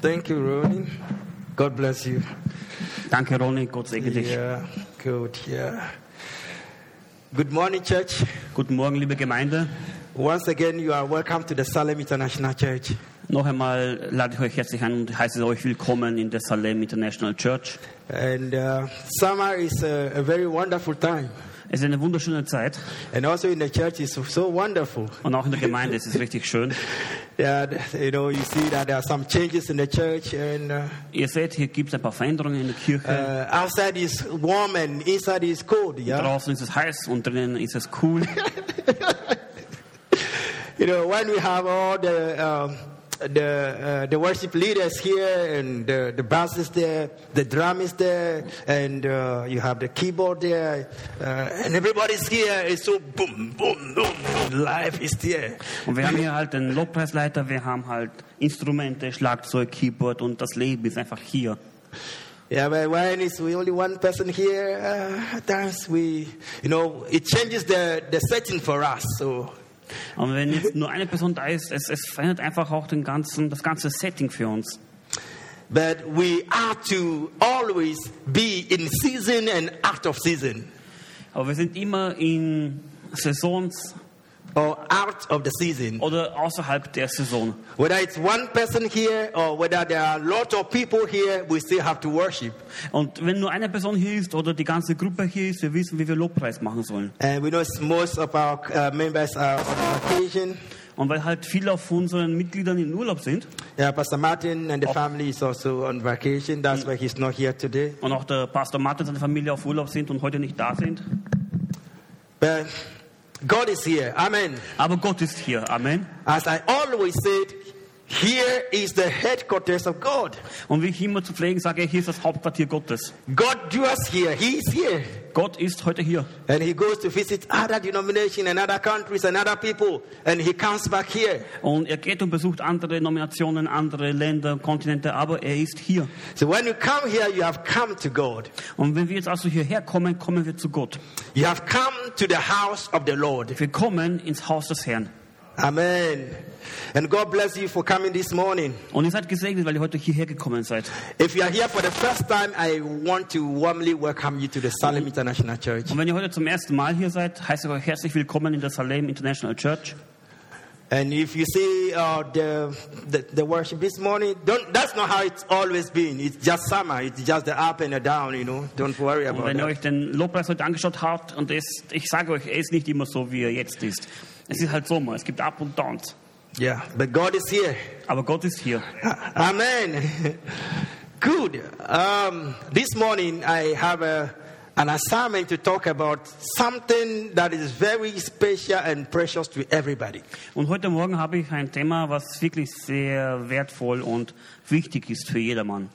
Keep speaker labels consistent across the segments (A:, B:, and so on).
A: Thank you, Ronin. God bless you.
B: Danke, Ronny. Gott segne dich.
A: Yeah, good, yeah. Good morning, church.
B: Guten Morgen, liebe Gemeinde.
A: Once again, you are welcome to the Salem International Church.
B: Noch einmal lade ich euch herzlich ein und heiße euch willkommen in der Salem International Church.
A: And uh, summer is a, a very wonderful time.
B: Es ist eine wunderschöne Zeit
A: And also in the church, it's so wonderful.
B: und auch in der Gemeinde ist es richtig schön.
A: Yeah, you know, you see that there are some changes in the church, and uh,
B: Ihr seht, hier gibt es ein paar Veränderungen in der
A: uh,
B: Kirche.
A: outside is warm and inside is cold. Yeah,
B: Draußen ist es heiß und drinnen ist es cool.
A: you know, when we have all the um, the uh, the worship leaders here, and the the bass is there, the drum is there, and uh, you have the keyboard there, uh, and everybody's here. It's so boom, boom, boom. Life is there.
B: Und wir haben hier halt den Lobpreisleiter, wir haben halt Instrumente, Schlagzeug, Keyboard und das Leben ist einfach hier.
A: Yeah, but when it's we only one person here, uh, at times we, you know, it changes the, the setting for us. So,
B: Und wenn jetzt nur eine Person da ist, es, es verändert einfach auch den ganzen, das ganze Setting für uns.
A: but we are to always be in season and out of season,
B: Aber wir sind immer in Saisons
A: or out of the season.
B: oder außerhalb der Saison.
A: Whether it's one person here or whether there are a lot of people here, we still have to worship.
B: Und wenn nur eine Person hier ist oder die ganze Gruppe hier ist, wir wissen, wie wir Lobpreis machen sollen.
A: And we know it's most of our uh, members are on vacation.
B: Und weil halt viele auf unseren Mitgliedern in Urlaub sind
A: Yeah, Pastor Martin and the family is also on vacation. That's why he's not here today.
B: und auch der Pastor Martin und seine Familie auf Urlaub sind und heute nicht da sind.
A: But God is here. Amen.
B: Aber Gott ist hier. Amen.
A: As I always said, here is the headquarters of God.
B: Und wie ich immer zu pflegen sage, hier ist das Hauptquartier Gottes.
A: God dwells here. He is here.
B: Gott ist heute hier.
A: And he goes to visit other denominations and other countries and other people. And he comes back here.
B: Und er geht und besucht andere Nominationen, andere Länder, Kontinente, aber er ist hier.
A: So when you come here, you have come to God.
B: Und wenn wir jetzt also hierher kommen, kommen wir zu Gott.
A: You have come to the house of the Lord.
B: Wir kommen ins Haus des Herrn.
A: Amen. And God bless you for coming this morning.
B: Und ihr seid gesegnet, weil ihr heute hierher gekommen seid.
A: If you are here for the first time, I want to warmly welcome you to the Salem International Church.
B: Und wenn ihr heute zum ersten Mal hier seid, heiße ich euch herzlich willkommen in der Salem International Church.
A: And if you see uh, the, the the worship this morning, don't. That's not how it's always been. It's just summer. It's just the up and the down. You know. Don't worry
B: Und
A: about
B: wenn ihr
A: it.
B: euch den Lobpreis heute angeschaut habt, und es, ich sage euch, er ist nicht immer so, wie er jetzt ist. Es ist halt Sommer, es gibt Up und Downs.
A: Yeah. But God is here.
B: Aber Gott ist hier.
A: Amen. Good. Um, this morning I have a, an assignment to talk about something that is very special and precious to everybody.
B: Und heute Morgen habe ich ein Thema, was wirklich sehr wertvoll und wichtig ist für jedermann.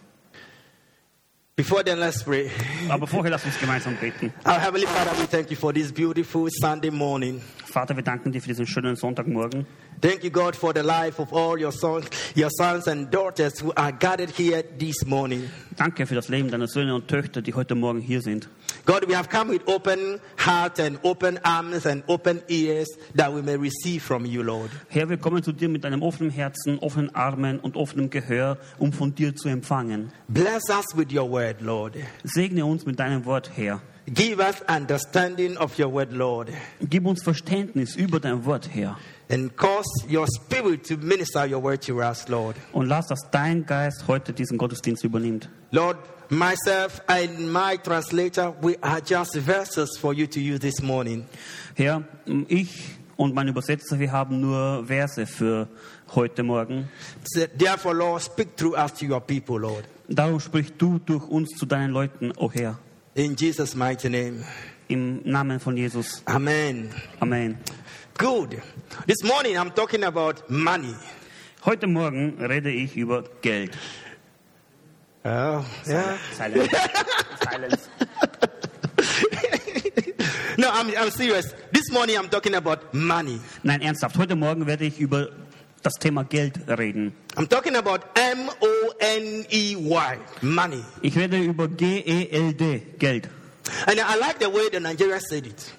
A: Before then, let's pray.
B: Aber vorher lasst uns gemeinsam beten.
A: Our Heavenly Father, we thank you for this beautiful Sunday morning.
B: Vater, wir danken dir für diesen schönen Sonntagmorgen.
A: Thank you, God, for the life of all your sons, your sons and daughters who are gathered here this morning.
B: Danke für das Leben deiner Söhne und Töchter, die heute Morgen hier sind.
A: God, we have come with open heart and open arms and open ears that we may receive from you, Lord.
B: Herr, wir kommen zu dir mit einem offenen Herzen, offenen Armen und offenem Gehör, um von dir zu empfangen.
A: Bless us with your word, Lord.
B: Segne uns mit deinem Wort, Herr.
A: Give us understanding of your word, Lord,
B: Gib uns Verständnis über dein Wort, Herr.
A: and cause your spirit to minister your word to us, Lord.
B: Und lass, dass dein Geist heute diesen Gottesdienst übernimmt.
A: Lord, myself and my translator, we are just vessels for you to use this morning.
B: Herr, ich und mein Übersetzer, wir haben nur Verse für heute Morgen.
A: So, Therefore, Lord, speak through us to your people, Lord.
B: Darum sprich du durch uns zu deinen Leuten, o Herr.
A: In Jesus' mighty name.
B: Im Namen von Jesus.
A: Amen.
B: Amen.
A: Good. This morning I'm talking about money.
B: Heute Morgen rede ich über Geld.
A: Oh, yeah.
B: Silence. Silence.
A: No, I'm, I'm serious. This morning I'm talking about money.
B: Nein, ernsthaft. Heute Morgen werde ich über das Thema Geld reden.
A: I'm talking about M O N E Y, money.
B: Ich rede über E G-E-L-D, Geld.
A: And I like the way the Nigerians said it.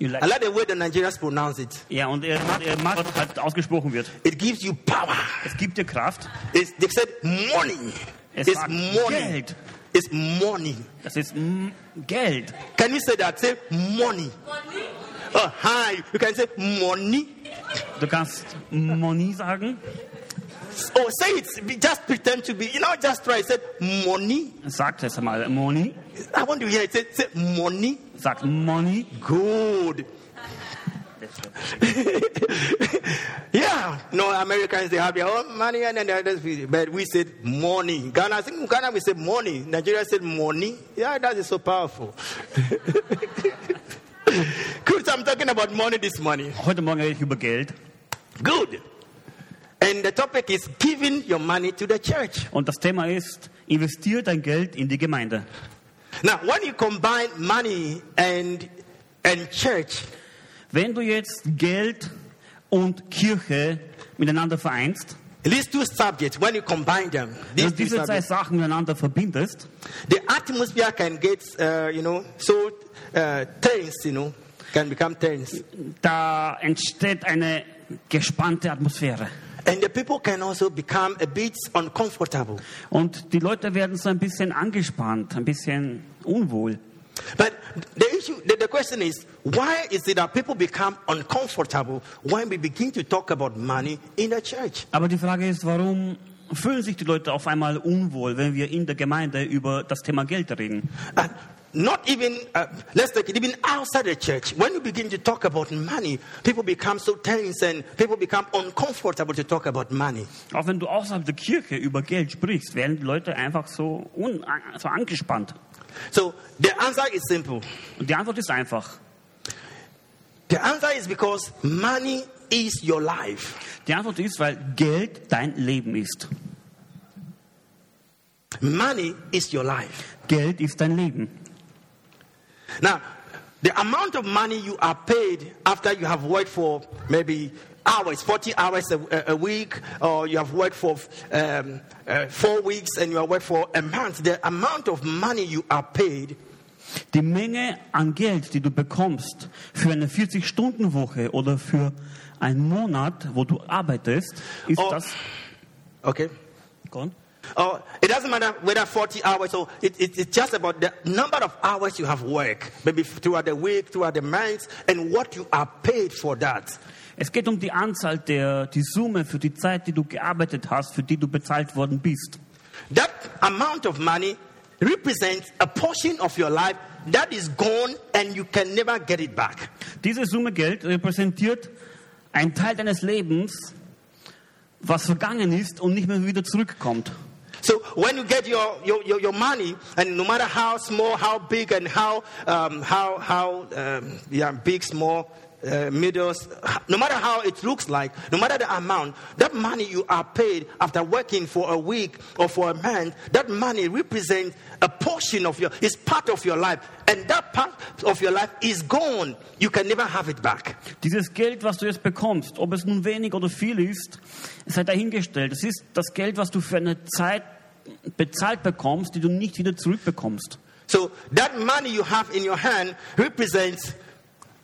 B: You
A: I
B: like.
A: like the way the Nigerians pronounce it.
B: Ja, und er, und er macht, was halt ausgesprochen wird.
A: It gives you power.
B: Es gibt dir Kraft.
A: It's, they said morning.
B: Es
A: it's
B: sagt
A: morning.
B: Geld.
A: It's morning.
B: Das ist mm, Geld.
A: Can you say that? Say money. Oh, hi. You can say money.
B: Du kannst Money sagen.
A: Oh, say it. Just pretend to be. You know, just try. Say money.
B: Sag das mal. Money.
A: I want to hear it. Say, say money.
B: Sag Money.
A: Good. yeah, no Americans they have their own money and then others, we- but we said money. Ghana, I think in Ghana we said money. Nigeria said money. Yeah, that is so powerful. Good, I'm talking about money this morning.
B: Heute Morgen rede ich über Geld.
A: Good. And the topic is giving your money to the church.
B: Und das Thema ist, investier dein Geld in die Gemeinde.
A: Now, when you combine money and and church,
B: Wenn du jetzt Geld und Kirche miteinander vereinst,
A: these two subjects, when you combine them,
B: wenn
A: these
B: du
A: two
B: diese zwei
A: subjects,
B: Sachen miteinander verbindest,
A: The atmosphere can get, uh, you know, so uh, tense, you know, can become tense.
B: da entsteht eine gespannte Atmosphäre.
A: And the people can also become a bit uncomfortable.
B: Und die Leute werden so ein bisschen angespannt, ein bisschen unwohl.
A: But the issue, the, the question is, why is it that people become uncomfortable when we begin to talk about money in the church?
B: Aber die Frage ist, warum fühlen sich die Leute auf einmal unwohl, wenn wir in der Gemeinde über das Thema Geld reden?
A: And not even, uh, let's take it, even outside the church, when you begin to talk about money, people become so tense and people become uncomfortable to talk about money.
B: Auch wenn du außerhalb der Kirche über Geld sprichst, werden die Leute einfach so, un so angespannt.
A: So the answer is simple.
B: Und die Antwort ist einfach.
A: The answer is because money is your life.
B: Die Antwort ist, weil Geld dein Leben ist.
A: Money is your life.
B: Geld ist dein Leben.
A: Now, the amount of money you are paid after you have worked for maybe hours, 40 hours a, a- a week, or you have worked for um, uh, four weeks and you have worked for a month, the amount of money you are paid
B: Die Menge an Geld, die du bekommst für eine 40-Stunden-Woche oder für einen Monat, wo du arbeitest, ist
A: Oh.
B: das.
A: Okay.
B: Gone?
A: Oh, it doesn't matter whether 40 hours or it, it- it's just about the number of hours you have worked, maybe throughout the week, throughout the months, and what you are paid for that.
B: Es geht um die Anzahl der, die Summe für die Zeit, die du gearbeitet hast, für die du bezahlt worden bist.
A: That amount of money represents a portion of your life that is gone and you can never get it back.
B: Diese Summe Geld repräsentiert einen Teil deines Lebens, was vergangen ist und nicht mehr wieder zurückkommt.
A: So when you get your, your, your, your money, and no matter how small, how big, and how, um, how, how um, yeah, big, small, uh, middles, no matter how it looks like, no matter the amount, that money you are paid after working for a week or for a month, that money represents a portion of your, is part of your life. And that part of your life is gone. You can never have it back.
B: Dieses Geld, was du jetzt bekommst, ob es nun wenig oder viel ist, sei dahingestellt. Es ist das Geld, was du für eine Zeit bezahlt bekommst, die du nicht wieder zurückbekommst.
A: So that money you have in your hand represents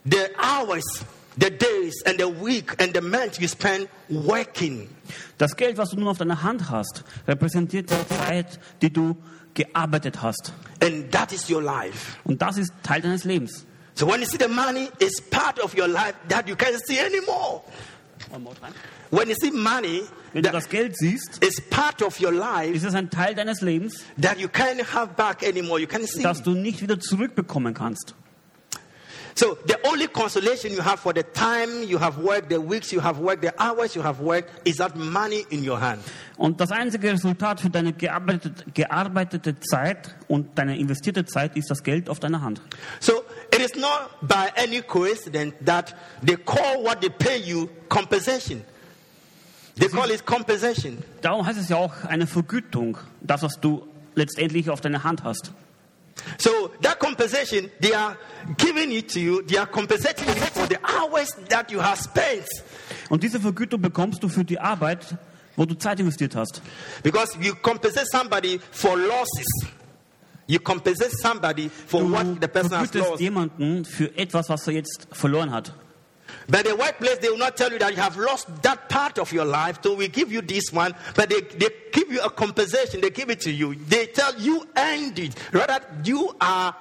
A: the hours, the days, and the week and the month you spend working.
B: Das Geld, was du nun auf deiner Hand hast, repräsentiert die Zeit, die du gearbeitet hast.
A: And that is your life.
B: Und das ist Teil deines Lebens.
A: So when you see the money, it's part of your life that you can't see anymore. When you see money,
B: Wenn du das
A: that
B: Geld siehst,
A: it's part of your life
B: ist es ein Teil deines Lebens,
A: that you can't have back anymore. You can't see.
B: das du nicht wieder zurückbekommen kannst.
A: So the only consolation you have for the time you have worked, the weeks you have worked, the hours you have worked, is that money in your hand.
B: Und das einzige Resultat für deine gearbeitete, gearbeitete Zeit und deine investierte Zeit ist das Geld auf deiner Hand.
A: So it is not by any coincidence that they call what they pay you compensation. They call it compensation.
B: Darum heißt es ja auch eine Vergütung, das, was du letztendlich auf deiner Hand hast.
A: So that compensation, they are giving it to you. They are compensating you for the hours that you have spent.
B: Und diese Vergütung bekommst du für die Arbeit, wo du Zeit investiert hast.
A: Because you compensate somebody for losses. You compensate somebody for
B: Du
A: what the person has
B: vergütest
A: lost.
B: jemanden für etwas, was er jetzt verloren hat.
A: But the workplace, they will not tell you that you have lost that part of your life, so we give you this one. But they, they give you a compensation, they give it to you. They tell you earned it. Rather, you are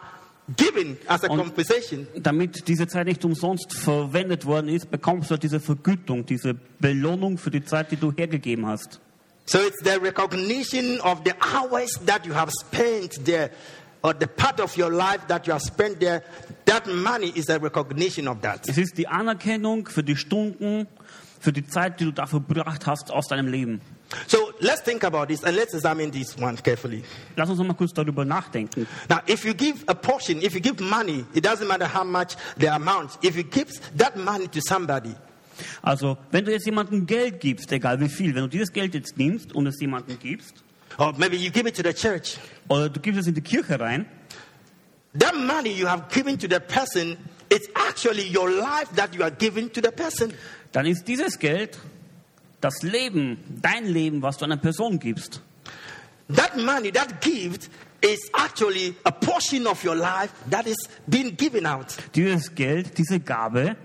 A: given as a
B: Und-
A: compensation.
B: Damit diese Zeit nicht umsonst verwendet worden ist, bekommst du halt diese Vergütung, diese Belohnung für die Zeit, die du hergegeben hast.
A: So it's the recognition of the hours that you have spent there, or the part of your life that you have spent there. That money is a recognition of that.
B: Es ist die Anerkennung für die Stunden, für die Zeit, die du da verbracht hast aus deinem Leben.
A: So let's think about this and let's examine this one carefully.
B: Lass uns noch mal kurz darüber nachdenken.
A: Now, if you give a portion, if you give money, it doesn't matter how much the amount, if you give that money to somebody,
B: Also, wenn du jetzt jemandem Geld gibst, egal wie viel, wenn du dieses Geld jetzt nimmst und es jemandem gibst,
A: or maybe you give it to the church,
B: oder du gibst es in die Kirche rein,
A: that money you have given to the person, it's actually your life that you are giving to the person.
B: dann ist dieses Geld das Leben, dein Leben, was du einer Person gibst.
A: That money, that gift, is actually a portion of your life that is being given out.
B: Dieses Geld, diese Gabe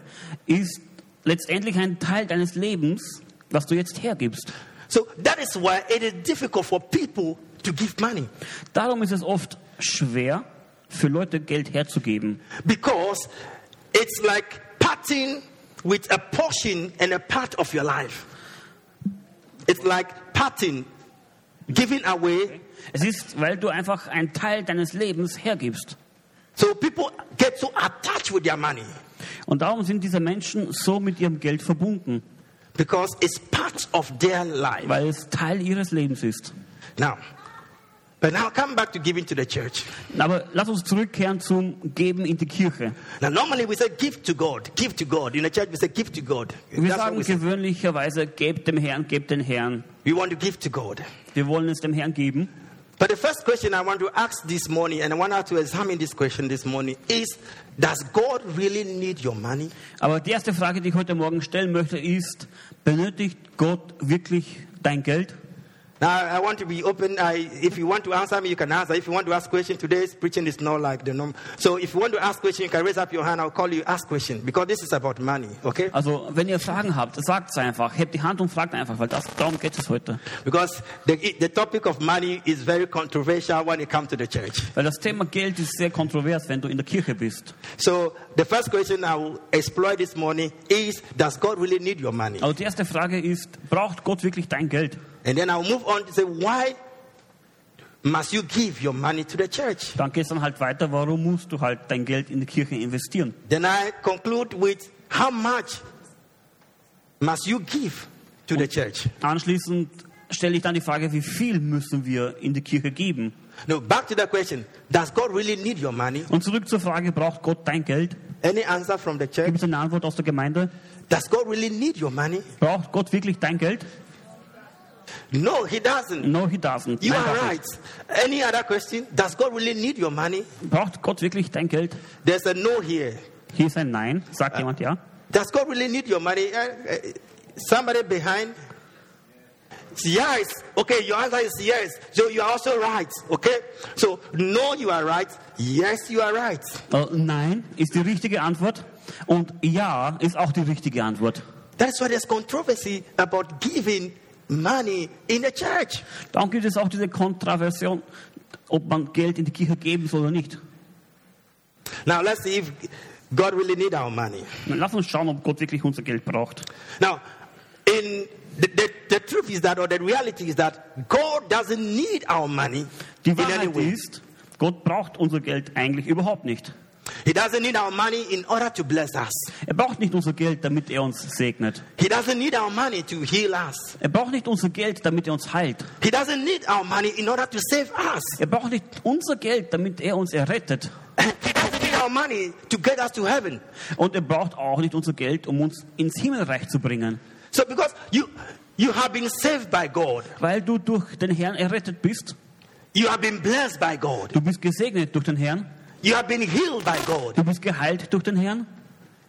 B: ist letztendlich ein Teil deines Lebens, was du jetzt hergibst.
A: So that is why it is difficult for people to give money
B: Darum ist es oft schwer, für Leute Geld herzugeben.
A: because it's like parting with a portion and a part of your life. It's like parting, giving away.
B: Es ist, weil du einfach einen Teil deines Lebens hergibst.
A: So people get so attached with their money
B: Und darum sind diese Menschen so mit ihrem Geld verbunden,
A: because it's part of their life.
B: weil es Teil ihres Lebens ist.
A: Now, but now come back to giving to the church.
B: Aber lass uns zurückkehren zum Geben in die Kirche.
A: Now, normally we say give to God, give to God. In the church, we say give to God.
B: Wir
A: That's what
B: sagen
A: we, say.
B: gewöhnlicherweise, gebt dem Herrn, gebt den Herrn.
A: we want to give to God.
B: Wir wollen es dem Herrn geben.
A: But the first question I want to ask this morning, and I want us to examine this question this morning, is Does God really need your money?
B: Aber die erste Frage, die ich heute Morgen stellen möchte, ist, benötigt Gott wirklich dein Geld?
A: Now, I want to be open. I, if you want to answer me, you can answer. If you want to ask question, today's preaching is not like the norm. So if you want to ask question, you can raise up your hand. I'll call you, ask question, because this is about money, okay?
B: Also, wenn ihr Fragen habt, sagt es einfach. Hebt die Hand und fragt einfach, weil das, darum geht es heute.
A: Because the, the topic of money is very controversial when it comes to the church.
B: Weil das Thema Geld ist sehr kontrovers, wenn du in der Kirche bist.
A: So the first question I will explore this morning is Does God really need your money?
B: Also die erste Frage ist, braucht Gott wirklich dein Geld?
A: And then I'll move on to say why must you give your money to the church?
B: Dann geht es dann halt weiter, warum musst du halt dein Geld in die Kirche investieren?
A: Then I conclude with how much must you give to the church?
B: Anschließend stelle ich dann die Frage, wie viel müssen wir in die Kirche geben?
A: No, back to the question. Does God really need your money?
B: Und zurück zur Frage, braucht Gott dein Geld?
A: Any answer from the church?
B: Gibt es eine Antwort aus der Gemeinde?
A: Does God really need your money?
B: Braucht Gott wirklich dein Geld?
A: No, he doesn't.
B: No, he doesn't.
A: You
B: Nein,
A: are
B: darf
A: right. Any other question? Does God really need your money?
B: nicht. Braucht Gott wirklich dein Geld?
A: There's a no here.
B: Hier ist ein Nein.
A: Äh.
B: Sagt jemand ja?
A: Does God really need your money? Eh, eh, Somebody behind? Yes. Okay, your answer is yes. So you are also right. Okay? So, no, you are right. Yes, you are right.
B: Äh, nein ist die richtige Antwort. Und ja ist auch die richtige Antwort.
A: That's why there's controversy about giving money in the church.
B: Darum gibt es auch diese Kontraversion, ob man Geld in die Kirche geben soll oder nicht.
A: Now, let's see if God really need our money.
B: Dann lass uns schauen, ob Gott wirklich unser Geld braucht.
A: Now, in the, the, the truth is that, or the reality is that God doesn't need our money
B: Die
A: in any
B: Wahrheit
A: way.
B: ist, Gott braucht unser Geld eigentlich überhaupt nicht.
A: He doesn't need our money in order to bless us.
B: Er braucht nicht unser Geld, damit er uns segnet.
A: He doesn't need our money to heal us.
B: Er braucht nicht unser Geld, damit er uns heilt.
A: He doesn't need our money in order to save us.
B: Er braucht nicht unser Geld, damit er uns errettet.
A: He doesn't need our money to get us to heaven.
B: Und er braucht auch nicht unser Geld, um uns ins Himmelreich zu bringen.
A: So because you you have been saved by God,
B: Weil du durch den Herrn errettet bist.
A: you have been blessed by God,
B: Du bist gesegnet durch den Herrn.
A: you have been healed by God,
B: Du bist geheilt durch den Herrn.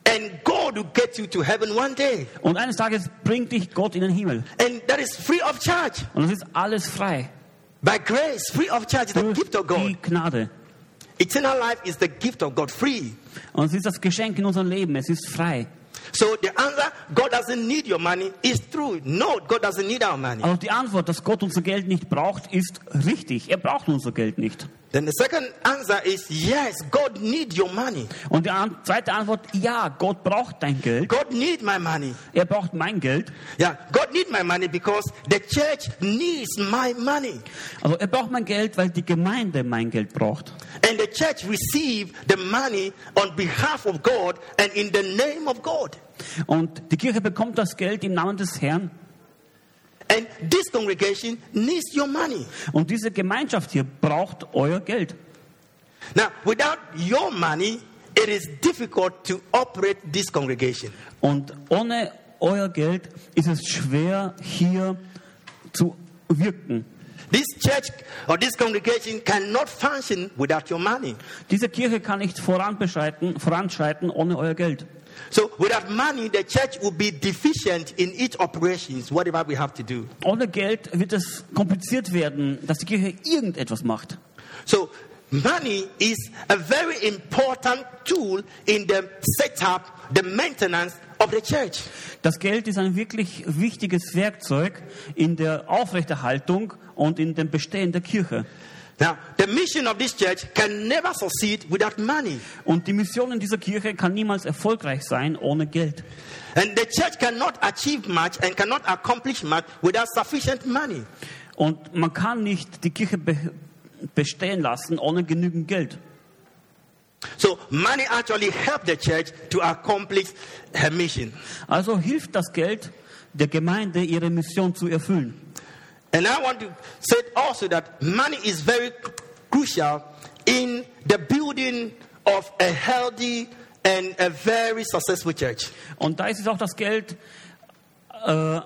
A: and God will get you to heaven one day.
B: Und eines Tages bringt dich Gott in den Himmel.
A: And that is free of charge.
B: Und das ist alles frei.
A: By grace, free of charge, the
B: Durch
A: gift of
B: die
A: God.
B: Gnade.
A: Eternal life is the gift of God, free.
B: Und es ist das Geschenk in unserem Leben. Es ist frei.
A: So the answer, God doesn't need your money, is true. No, God doesn't need our money.
B: Also die Antwort, dass Gott unser Geld nicht braucht, ist richtig. Er braucht unser Geld nicht.
A: Then the second answer is yes, God needs your money.
B: Und die an zweite Antwort, ja, Gott braucht dein Geld.
A: God needs my money.
B: Er braucht mein Geld.
A: Yeah, God needs my money because the church needs my money.
B: Also er braucht mein Geld, weil die Gemeinde mein Geld braucht.
A: And the church receives the money on behalf of God and in the name of God.
B: Und die Kirche bekommt das Geld im Namen des Herrn.
A: And this congregation needs your money.
B: Und diese Gemeinschaft hier braucht euer Geld.
A: Now, without your money, it is difficult to operate this congregation.
B: Und ohne euer Geld ist es schwer, hier zu wirken.
A: This church or this congregation cannot function without your money.
B: Diese Kirche kann nicht voranbeschreiten, voranschreiten ohne euer Geld.
A: So, without money, the church will be deficient in its operations, whatever we have to do.
B: Ohne Geld wird es kompliziert werden, dass die Kirche irgendetwas macht.
A: So, money is a very important tool in the setup, the maintenance of the church.
B: Das Geld ist ein wirklich wichtiges Werkzeug in der Aufrechterhaltung und in dem Bestehen der Kirche.
A: Now, the mission of this church can never succeed without money.
B: Und die Mission in dieser Kirche kann niemals erfolgreich sein ohne Geld.
A: And the church cannot achieve much and cannot accomplish much without sufficient money.
B: Und man kann nicht die Kirche be bestehen lassen ohne genügend Geld.
A: So, money actually helps the church to accomplish her mission.
B: Also hilft das Geld der Gemeinde, ihre Mission zu erfüllen.
A: And I want to say also that money is very crucial in the building of a healthy and a very successful church.
B: Und da ist es auch das Geld äh,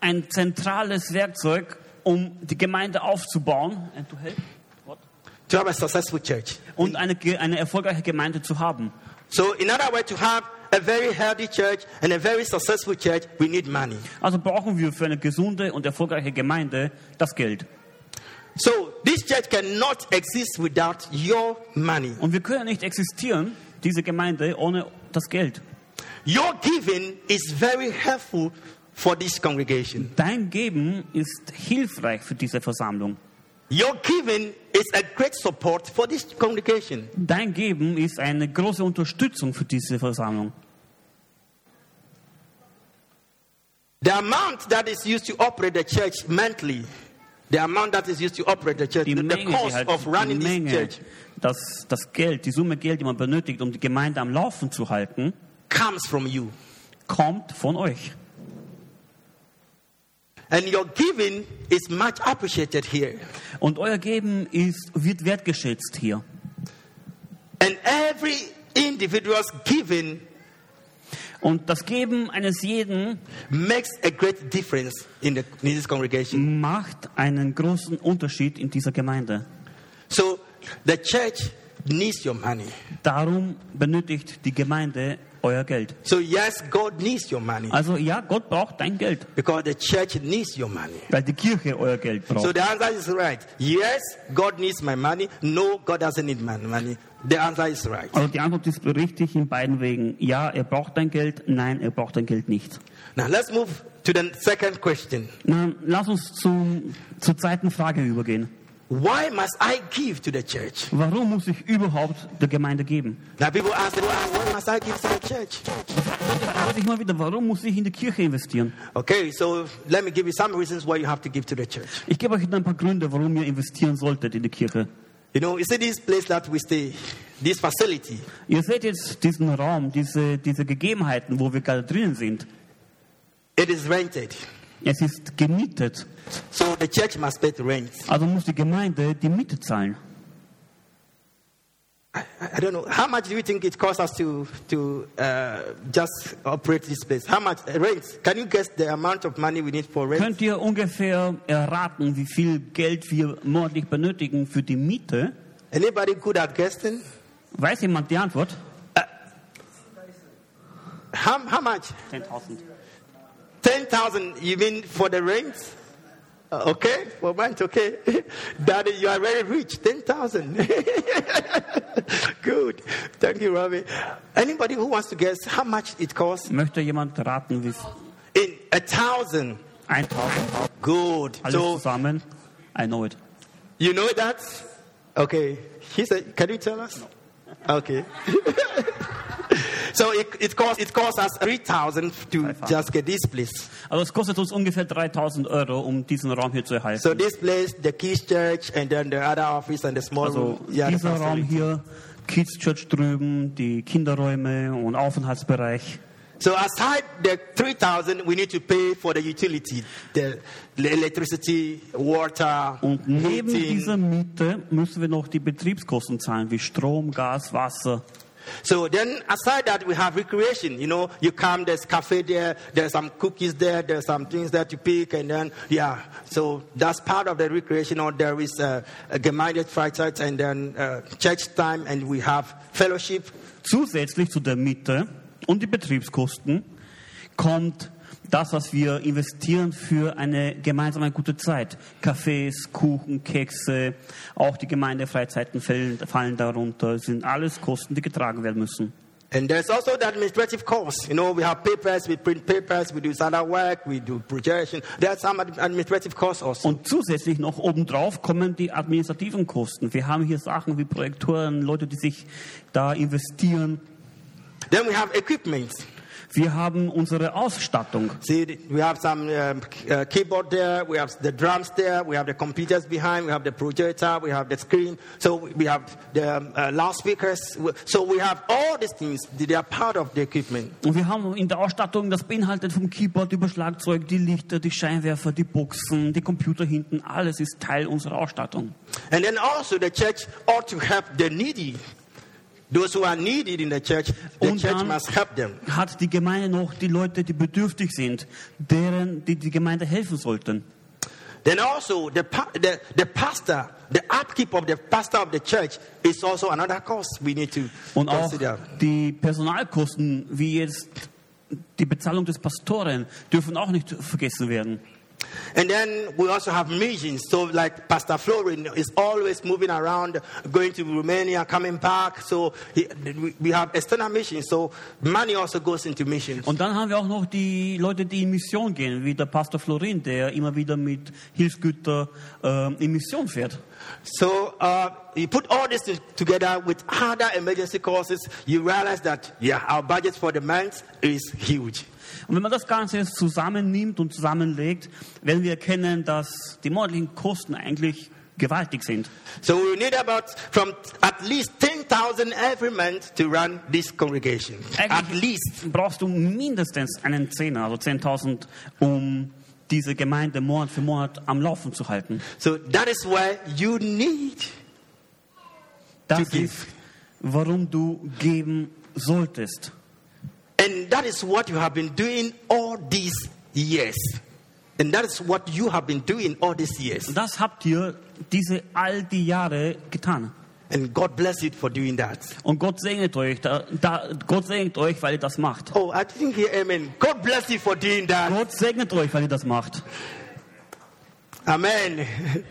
B: ein zentrales Werkzeug, um die Gemeinde aufzubauen and to help. What?
A: To have a successful church.
B: und eine, Ge- eine erfolgreiche Gemeinde zu haben.
A: So, in other words, to have a very healthy church and a very successful church, we need money.
B: Also brauchen wir für eine gesunde und erfolgreiche Gemeinde das Geld.
A: So, this church cannot exist without your money.
B: Und wir können nicht existieren, diese Gemeinde, ohne das Geld.
A: Your giving is very helpful for this congregation.
B: Dein Geben ist hilfreich für diese Versammlung.
A: Your giving is a great support for this congregation.
B: Dein Geben ist eine große Unterstützung für diese Versammlung.
A: The amount that is used to operate the church monthly, the amount that is used to operate the church,
B: Die
A: the,
B: Menge,
A: the
B: die,
A: cost
B: halt,
A: of
B: die
A: running this
B: Menge,
A: church
B: das, das Geld, die Summe Geld, die man benötigt, um die Gemeinde am Laufen zu halten,
A: comes from you.
B: kommt von euch.
A: And your giving is much appreciated here.
B: Und euer Geben ist, wird wertgeschätzt hier.
A: And every individual's giving
B: Und das Geben eines jeden
A: makes a great difference in, the, in this congregation.
B: macht einen großen Unterschied in dieser Gemeinde.
A: So the church needs your money.
B: Darum benötigt die Gemeinde euer Geld.
A: So yes, God needs your money
B: Also ja, Gott braucht dein Geld,
A: because the church needs your money.
B: weil die Kirche euer Geld braucht.
A: So the answer is right. Yes, God needs my money. No, God doesn't need my money. The answer is right.
B: also die Antwort ist richtig in beiden Wegen. Ja, er braucht dein Geld. Nein, er braucht dein Geld nicht.
A: Now let's move to the second question.
B: Na, lass uns zum, zur zweiten Frage übergehen.
A: Why must I give to the church?
B: Warum muss ich überhaupt der Gemeinde geben?
A: Now people ask, people ask, why must I give to the church?
B: Frag dich mal wieder, warum muss ich in die Kirche investieren?
A: Okay, so let me give you some reasons why you have to give to the church.
B: Ich gebe euch ein paar Gründe, warum ihr investieren solltet in die Kirche.
A: You know, you see this place that we stay, this facility.
B: Ihr seht jetzt diesen Raum, diese, diese Gegebenheiten, wo wir gerade drinnen sind.
A: It is rented,
B: Es ist gemietet.
A: so the church must pay the rent.
B: Also muss die Gemeinde die Miete zahlen.
A: I I don't know. How much do you think it costs us to, to uh, just operate this place? How much uh, rent? Can you guess the amount of money we need for rent?
B: Könnt ihr ungefähr erraten, wie viel Geld wir monatlich benötigen für die Miete?
A: Anybody good at guessing?
B: Weiß jemand die Antwort?
A: How, how much?
B: 10.000.
A: 10,000, you mean for the rent? Uh, okay, for months, okay. Daddy, you are very rich, 10,000. Good. Thank you, Robbie. Anybody who wants to guess how much it costs?
B: Möchte jemand raten, wie viel?
A: In a thousand.
B: 1000.
A: Good.
B: Alles
A: So,
B: zusammen. I know it.
A: you know that? Okay. He said, can you tell us? Okay. so it, it costs it costs us 3,000 to
B: Five
A: just get this place.
B: Also es kostet uns ungefähr 3000 Euro, um diesen Raum hier zu erhalten.
A: So this place, the Keys Church, and then the other office and the small
B: also
A: room. Yeah, the
B: dieser Raum
A: facility.
B: hier, Kids Church drüben, die Kinderräume und Aufenthaltsbereich.
A: So aside the 3,000, we need to pay for the utility, the the electricity, water,
B: Und neben dieser
A: heating.
B: Miete müssen wir noch die Betriebskosten zahlen, wie Strom, Gas, Wasser.
A: So then aside that, we have recreation. You know, you come, there's cafe there, there's some cookies there, there's some things there to pick, and then, yeah. So that's part of the recreation. Or there is uh, a Gemeindefreizeit and then uh, church time, and we have fellowship.
B: Zusätzlich zu der Miete und die Betriebskosten kommt das, was wir investieren für eine gemeinsame gute Zeit. Cafés, Kuchen, Kekse, auch die Gemeindefreizeiten fallen, fallen darunter, sind alles Kosten, die getragen werden müssen.
A: And there's also the administrative costs. You know, we have papers, we print papers, we do other work, we do projection. There are some ad- administrative costs also.
B: Und zusätzlich noch obendrauf kommen die administrativen Kosten. Wir haben hier Sachen wie Projektoren, Leute, die sich da investieren.
A: Then we have equipment.
B: Wir haben unsere Ausstattung.
A: See, th- we have some um, k- uh, keyboard there, we have the drums there, we have the computers behind, we have the projector, we have the screen, so we have the um, uh, loudspeakers. W- So we have all these things. They are part of the equipment.
B: Und wir haben in der Ausstattung, das beinhaltet vom Keyboard über Schlagzeug, die Lichter, die Scheinwerfer, die Boxen, die Computer hinten, alles ist Teil unserer Ausstattung.
A: And then also the church ought to help the needy. Those who are needed in the church, the
B: Und
A: church
B: dann-
A: must help them.
B: Hat die Gemeinde noch die Leute, die bedürftig sind, deren die, die Gemeinde helfen sollten?
A: Then also the, pa- the the pastor, the upkeep of the pastor of the church is also another cost we need to
B: Und auch
A: consider.
B: die Personalkosten, wie jetzt die Bezahlung des Pastoren, dürfen auch nicht vergessen werden.
A: And then we also have missions. So like Pastor Florin is always moving around, going to Romania, coming back. So he, we- we have external missions. So money also goes into missions.
B: Und dann haben wir auch noch die Leute, die in Mission gehen, wie der Pastor Florin, der immer wieder mit Hilfsgütern ähm, in Mission fährt.
A: So uh, you put all this t- together with other emergency causes, you realize that yeah, our budget for the month is huge.
B: Und wenn man das Ganze jetzt zusammennimmt und zusammenlegt, werden wir erkennen, dass die monatlichen Kosten eigentlich gewaltig sind.
A: So we need about from at least 10,000 every month to run this congregation. At
B: Eigentlich
A: least.
B: brauchst du mindestens einen Zehner, also 10.000, um diese Gemeinde Monat für Monat am Laufen zu halten.
A: So that is why you need
B: Das
A: To give.
B: ist, warum du geben solltest.
A: and that is what you have been doing all these years. And that is what you have been doing all these years.
B: Und das habt ihr diese all die Jahre getan.
A: And God bless you for doing that.
B: Und Gott segnet euch, da, da, Gott segnet euch, weil ihr das macht.
A: Oh, I think here, amen. God bless you for doing that.
B: Gott segnet euch, weil ihr das macht.
A: Amen.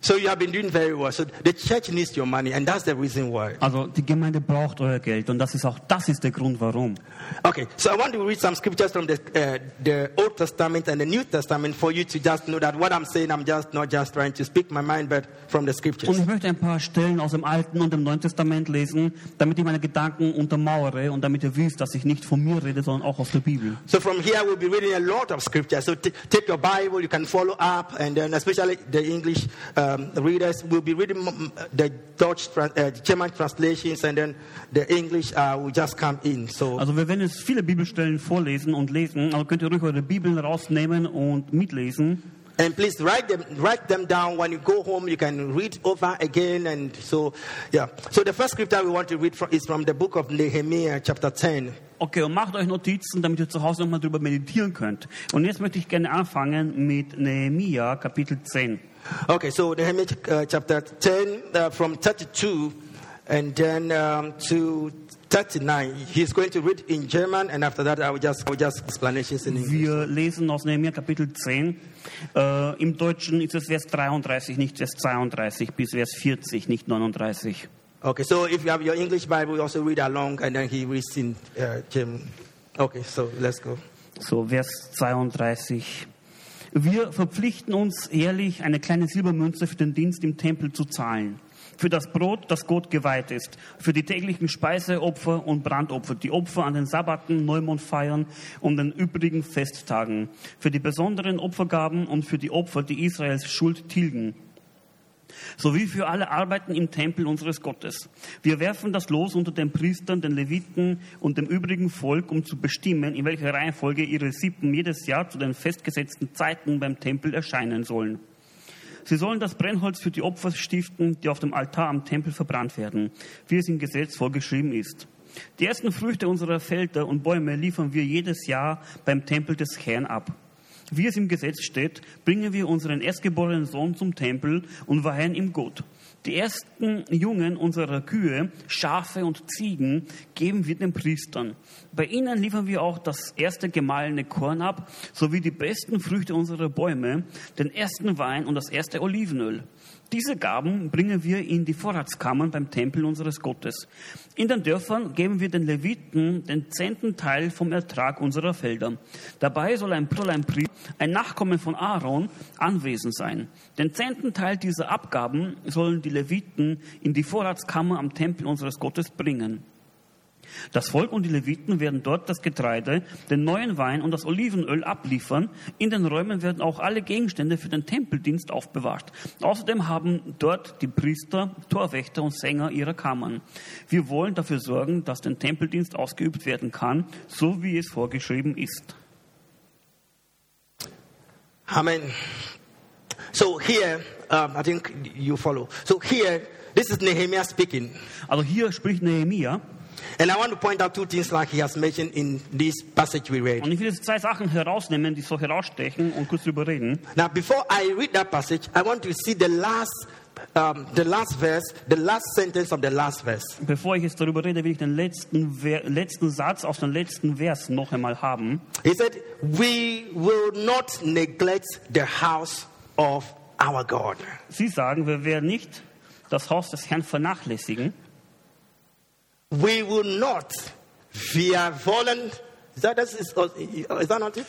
A: So you have been doing very well. So the church needs your money, and that's the reason why.
B: Also die Gemeinde braucht euer Geld und das ist auch das ist der Grund, warum.
A: Okay, so I want to read some scriptures from the, uh, the Old Testament and the New Testament for you to just know that what I'm saying, I'm just not just trying to speak my mind, but from the
B: Und
A: scriptures.
B: ich möchte ein paar Stellen aus dem Alten und dem Neuen Testament lesen, damit ich meine Gedanken untermauere und damit ihr wisst, dass ich nicht von mir rede, sondern auch aus der Bibel.
A: So from here, we'll be reading a lot of scripture. So t- take your Bible, you can follow up, and then especially the English um, readers will be reading mm, mm, the Dutch, tran- uh, German translations, and then the English uh, will just come in. So
B: Also wir werden jetzt viele Bibelstellen vorlesen und lesen, also könnt ihr ruhig eure Bibeln rausnehmen und mitlesen.
A: And please write them, write them down when you go home. You can read over again. And so, yeah. So the first scripture we want to read from, is from the book of Nehemiah, chapter 10.
B: Okay, und macht euch Notizen, damit ihr zu Hause nochmal drüber meditieren könnt. Und jetzt möchte ich gerne anfangen mit Nehemia, Kapitel 10.
A: Okay, so Nehemiah uh, chapter 10, uh, from 32, and then um, to 39. He's going to read in German, and after that, I will just, I will just explanations in English.
B: Wir lesen aus Nehemiah Kapitel 10. Äh, Im Deutschen ist es Vers 33, nicht Vers 32, bis Vers 40, nicht 39.
A: Okay, so if you have your English Bible, you also read along, and then he reads in uh, German. Okay, so let's go.
B: So, Vers 32. Wir verpflichten uns jährlich, eine kleine Silbermünze für den Dienst im Tempel zu zahlen. Für das Brot, das Gott geweiht ist, für die täglichen Speiseopfer und Brandopfer, die Opfer an den Sabbaten, Neumondfeiern und den übrigen Festtagen, für die besonderen Opfergaben und für die Opfer, die Israels Schuld tilgen sowie für alle Arbeiten im Tempel unseres Gottes. Wir werfen das Los unter den Priestern, den Leviten und dem übrigen Volk, um zu bestimmen, in welcher Reihenfolge ihre Sippen jedes Jahr zu den festgesetzten Zeiten beim Tempel erscheinen sollen. Sie sollen das Brennholz für die Opfer stiften, die auf dem Altar am Tempel verbrannt werden, wie es im Gesetz vorgeschrieben ist. Die ersten Früchte unserer Felder und Bäume liefern wir jedes Jahr beim Tempel des Herrn ab. Wie es im Gesetz steht, bringen wir unseren erstgeborenen Sohn zum Tempel und weihen ihm Gott. Die ersten Jungen unserer Kühe, Schafe und Ziegen geben wir den Priestern. Bei ihnen liefern wir auch das erste gemahlene Korn ab, sowie die besten Früchte unserer Bäume, den ersten Wein und das erste Olivenöl. Diese Gaben bringen wir in die Vorratskammern beim Tempel unseres Gottes. In den Dörfern geben wir den Leviten den zehnten Teil vom Ertrag unserer Felder. Dabei soll ein, soll ein Priester, ein Nachkomme von Aaron, anwesend sein. Den zehnten Teil dieser Abgaben sollen die Leviten in die Vorratskammer am Tempel unseres Gottes bringen. Das Volk und die Leviten werden dort das Getreide, den neuen Wein und das Olivenöl abliefern. In den Räumen werden auch alle Gegenstände für den Tempeldienst aufbewahrt. Außerdem haben dort die Priester, Torwächter und Sänger ihre Kammern. Wir wollen dafür sorgen, dass der Tempeldienst ausgeübt werden kann, so wie es vorgeschrieben ist.
A: Amen. So here, um, I think you follow. So here, this is Nehemiah speaking.
B: Also hier spricht Nehemia
A: And I want to point out two things like he has mentioned in this passage we read.
B: und ich will jetzt zwei Sachen herausnehmen, die so herausstechen und kurz drüber reden.
A: Now, before I read that passage, I want to see the last, um, the last verse, the last sentence of the last verse.
B: Bevor ich jetzt darüber rede, will ich den letzten, Ver letzten Satz aus dem letzten Vers noch einmal haben.
A: He said, "We will not neglect the house of our God."
B: Sie sagen, wir werden nicht das Haus des Herrn vernachlässigen.
A: We will not via violent. Is that, that's, is, is that not it?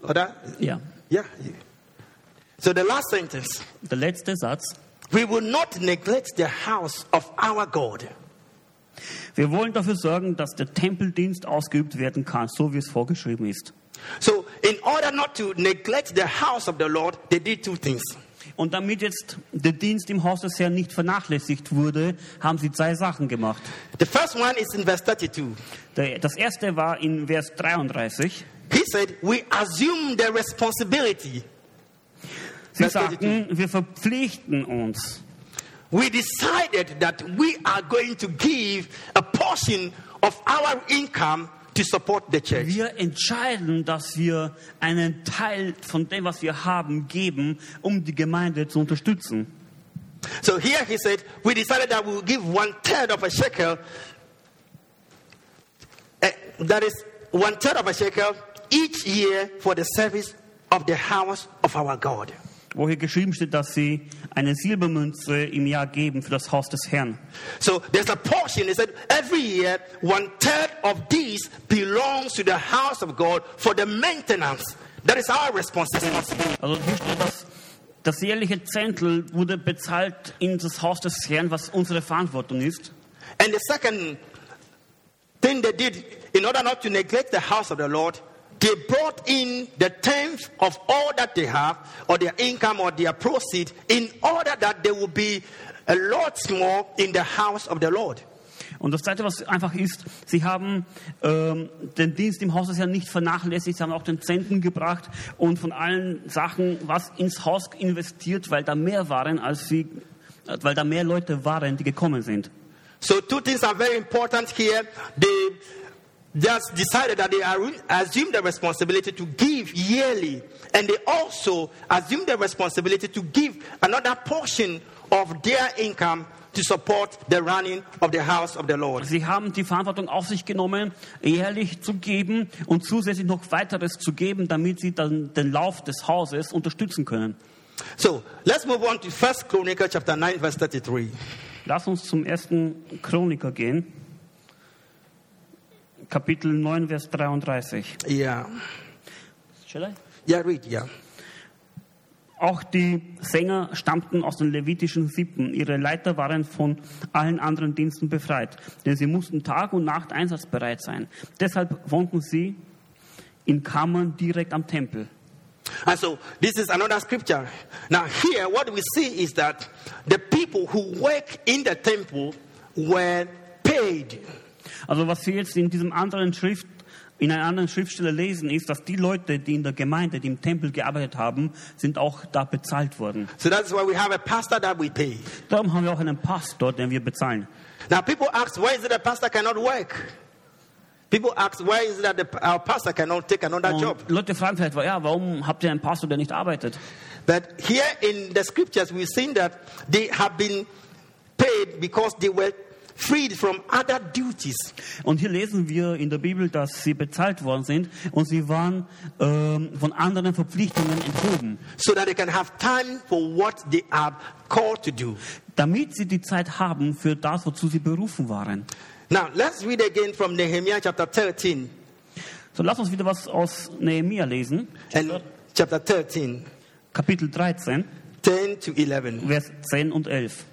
A: Or that?
B: Ja.
A: Yeah. So the last sentence.
B: Der letzte Satz.
A: We will not neglect the house of our God.
B: Wir wollen dafür sorgen, dass der Tempeldienst ausgeübt werden kann, so wie es vorgeschrieben ist.
A: So, in order not to neglect the house of the Lord, they did two things.
B: Und damit jetzt der Dienst im Haus des Herrn nicht vernachlässigt wurde, haben sie zwei Sachen gemacht.
A: The first one is in verse 32.
B: Der- Das erste war in Vers 33.
A: He said, We assume the responsibility.
B: Sie
A: Vers 32.
B: sagten, wir verpflichten uns.
A: We decided that we are going to give a portion of our income to support the church.
B: Wir entscheiden, dass wir einen Teil von dem, was wir haben, geben, um die Gemeinde zu unterstützen.
A: So here he said, We decided that we will give one third of a shekel. eh, that is one third of a shekel each year for the service of the house of our God.
B: wo hier geschrieben steht, dass sie eine Silbermünze im Jahr geben für das Haus des Herrn.
A: So there's a portion. He said every year, one third of these belongs to the house of God for the maintenance. That is our responsibility.
B: Also hier steht, dass das jährliche Zehntel wurde bezahlt in das Haus des Herrn, was unsere Verantwortung ist.
A: And the second thing they did, in order not to neglect the house of the Lord, they brought in the tenth of all that they have, or their income, or their proceeds, in order that they will be a lot more in the house of the Lord.
B: Und das Zweite, was einfach ist, sie haben ähm, den Dienst im Haus des Herrn nicht vernachlässigt, sie haben auch den Zehnten gebracht und von allen Sachen was ins Haus investiert, weil da mehr waren, als sie, äh, weil da mehr Leute waren, die gekommen sind.
A: So two things are very important here. They just decided that they are- assume the responsibility to give yearly, and they also assume the responsibility to give another portion of their income to support the running of the house of the Lord.
B: Sie haben die Verantwortung auf sich genommen, jährlich zu geben und zusätzlich noch weiteres zu geben, damit sie dann den Lauf des Hauses unterstützen können.
A: So let's move on to First Chronicle chapter 9, verse 33.
B: Lass uns zum ersten Chroniker gehen. Kapitel 9, Vers 33.
A: Yeah.
B: Shall I?
A: Yeah, read, yeah.
B: Auch die Sänger stammten aus den levitischen Sippen. Ihre Leiter waren von allen anderen Diensten befreit, denn sie mussten Tag und Nacht einsatzbereit sein. Deshalb wohnten sie in Kammern direkt am Tempel.
A: And so this is another scripture. Now, here, what we see is that the people who work in the temple were paid.
B: Also was wir jetzt in diesem anderen Schrift in einer anderen Schriftstelle lesen, ist, dass die Leute, die in der Gemeinde, die im Tempel gearbeitet haben, sind auch da bezahlt worden.
A: So that's why we have a pastor that we pay.
B: Darum haben wir auch einen Pastor, den wir bezahlen.
A: Now, people ask, why is it the pastor cannot work? People ask, why is it that the, our pastor cannot take another job?
B: Und Leute fragen vielleicht, ja, warum habt ihr einen Pastor, der nicht arbeitet?
A: But here in the scriptures, we've seen that they have been paid because they were freed from other duties.
B: Und hier lesen wir in der Bibel, dass sie bezahlt worden sind und sie waren ähm, von anderen Verpflichtungen enthoben,
A: so that they can have time for what they are called to do.
B: damit sie die Zeit haben für das, wozu sie berufen waren.
A: Now, let's read again from Nehemiah chapter 13
B: So lass uns wieder was aus Nehemia lesen,
A: and chapter 13,
B: Kapitel 13.
A: 10 to 11.
B: Vers 10 und 11.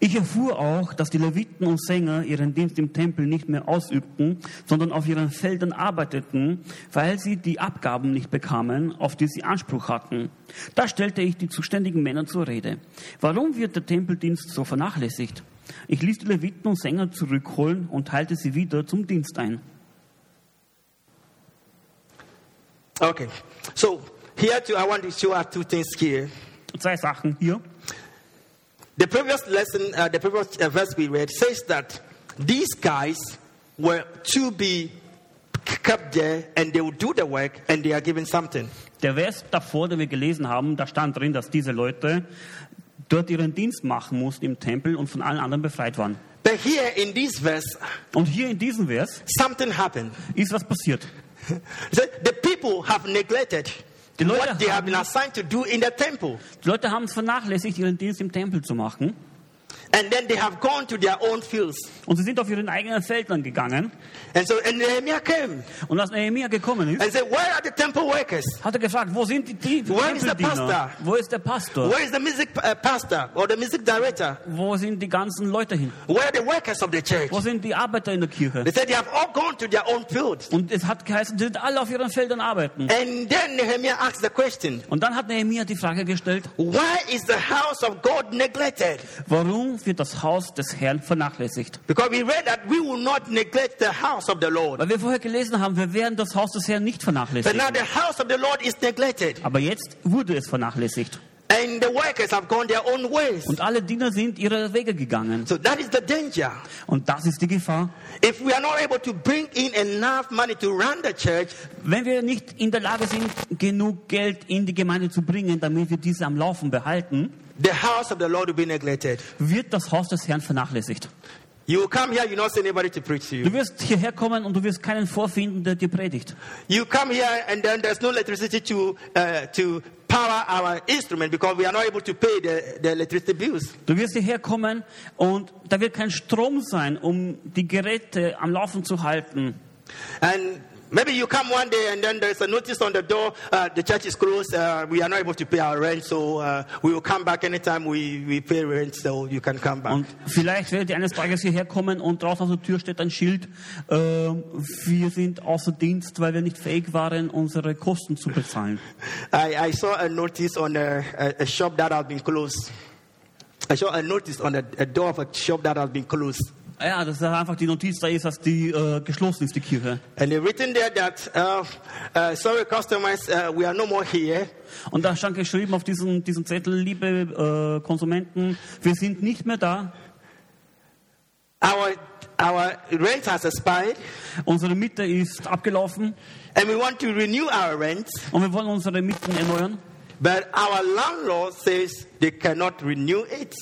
B: Ich erfuhr auch, dass die Leviten und Sänger ihren Dienst im Tempel nicht mehr ausübten, sondern auf ihren Feldern arbeiteten, weil sie die Abgaben nicht bekamen, auf die sie Anspruch hatten. Da stellte ich die zuständigen Männer zur Rede. Warum wird der Tempeldienst so vernachlässigt? Ich ließ die Leviten und Sänger zurückholen und teilte sie wieder zum Dienst ein.
A: Okay, so here too, I want to show us two things here.
B: Zwei Sachen hier.
A: The previous lesson, uh, the previous uh, verse we read says that these guys were to be kept there and they will do the work and they are given something.
B: Der Vers davor, den wir gelesen haben, da stand drin, dass diese Leute dort ihren Dienst machen mussten im Tempel und von allen anderen befreit waren.
A: But here in this verse,
B: Und hier in diesem Vers
A: something happened.
B: ist was passiert.
A: So the people have neglected
B: Die Leute
A: what they have
B: haben-
A: been assigned to do in the temple.
B: Die Leute haben es vernachlässigt, ihren Dienst im Tempel zu machen.
A: And then they have gone to their own fields.
B: Und sie sind auf ihren eigenen Feldern gegangen.
A: And so and Nehemiah came
B: Und als Nehemiah gekommen ist,
A: and said, Where are the temple workers?
B: hat er gefragt, wo sind die, die die
A: Where is the
B: Tempeldiener?
A: pastor?
B: Wo ist der Pastor?
A: Where is the music uh, pastor or the music director?
B: Wo sind die ganzen Leute hin?
A: Where are the workers of the church?
B: Wo sind die Arbeiter in der Kirche?
A: They said they have all gone to their own fields.
B: Und es hat geheißen, sie sind alle auf ihren Feldern arbeiten.
A: And then Nehemiah asked the question
B: Und dann hat Nehemiah die Frage gestellt,
A: Why is the house of God neglected?
B: warum wird das Haus des Herrn vernachlässigt?
A: Because we read that we will not neglect the house of the Lord.
B: Weil wir vorher gelesen haben, wir werden das Haus des Herrn nicht
A: But now
B: vernachlässigen.
A: the house of the Lord is neglected.
B: Aber jetzt wurde es vernachlässigt.
A: And the workers have gone their own ways.
B: Und alle Diener sind ihre Wege gegangen.
A: So that is the danger.
B: Und das ist die Gefahr.
A: If we are not able to bring in enough money to run the church,
B: Wenn wir nicht in der Lage sind, genug Geld in die Gemeinde zu bringen, damit wir diese am Laufen behalten,
A: the house of the Lord will be neglected.
B: wird das Haus des Herrn vernachlässigt.
A: You will come here, you not see anybody to preach to
B: Du
A: you.
B: wirst hierher kommen und du wirst keinen vorfinden, der dir predigt.
A: You come here, and then there's no electricity to uh, to power our instrument because we are not able to pay the, the electricity bills.
B: Du wirst hierher kommen und da wird kein Strom sein, um die Geräte am Laufen zu halten.
A: And maybe you come one day, and then there's a notice on the door: uh, the church is closed. Uh, we are not able to pay our rent, so uh, we will come back anytime we, we pay rent. So you can come back.
B: Und vielleicht werdet ihr eines Tages hierher kommen und draußen auf der Tür steht ein Schild, ähm, wir sind außer Dienst, weil wir nicht fähig waren, unsere Kosten zu bezahlen.
A: I, I saw a notice on a, a, a shop that has been closed. I saw a notice on a, a door of a shop that has been closed.
B: Ah Ja, das ist einfach die Notiz, da ist, dass die äh, geschlossen ist, die Kirche.
A: And they written there that, uh, uh, sorry, customers, uh, we are no more here.
B: Und da stand geschrieben auf diesem, diesem Zettel, liebe äh, Konsumenten, wir sind nicht mehr da,
A: Our, our rent has expired,
B: unsere Miete ist abgelaufen
A: and we want to renew our rent,
B: und wir wollen unsere Mieten erneuern.
A: but our landlord says they cannot renew it.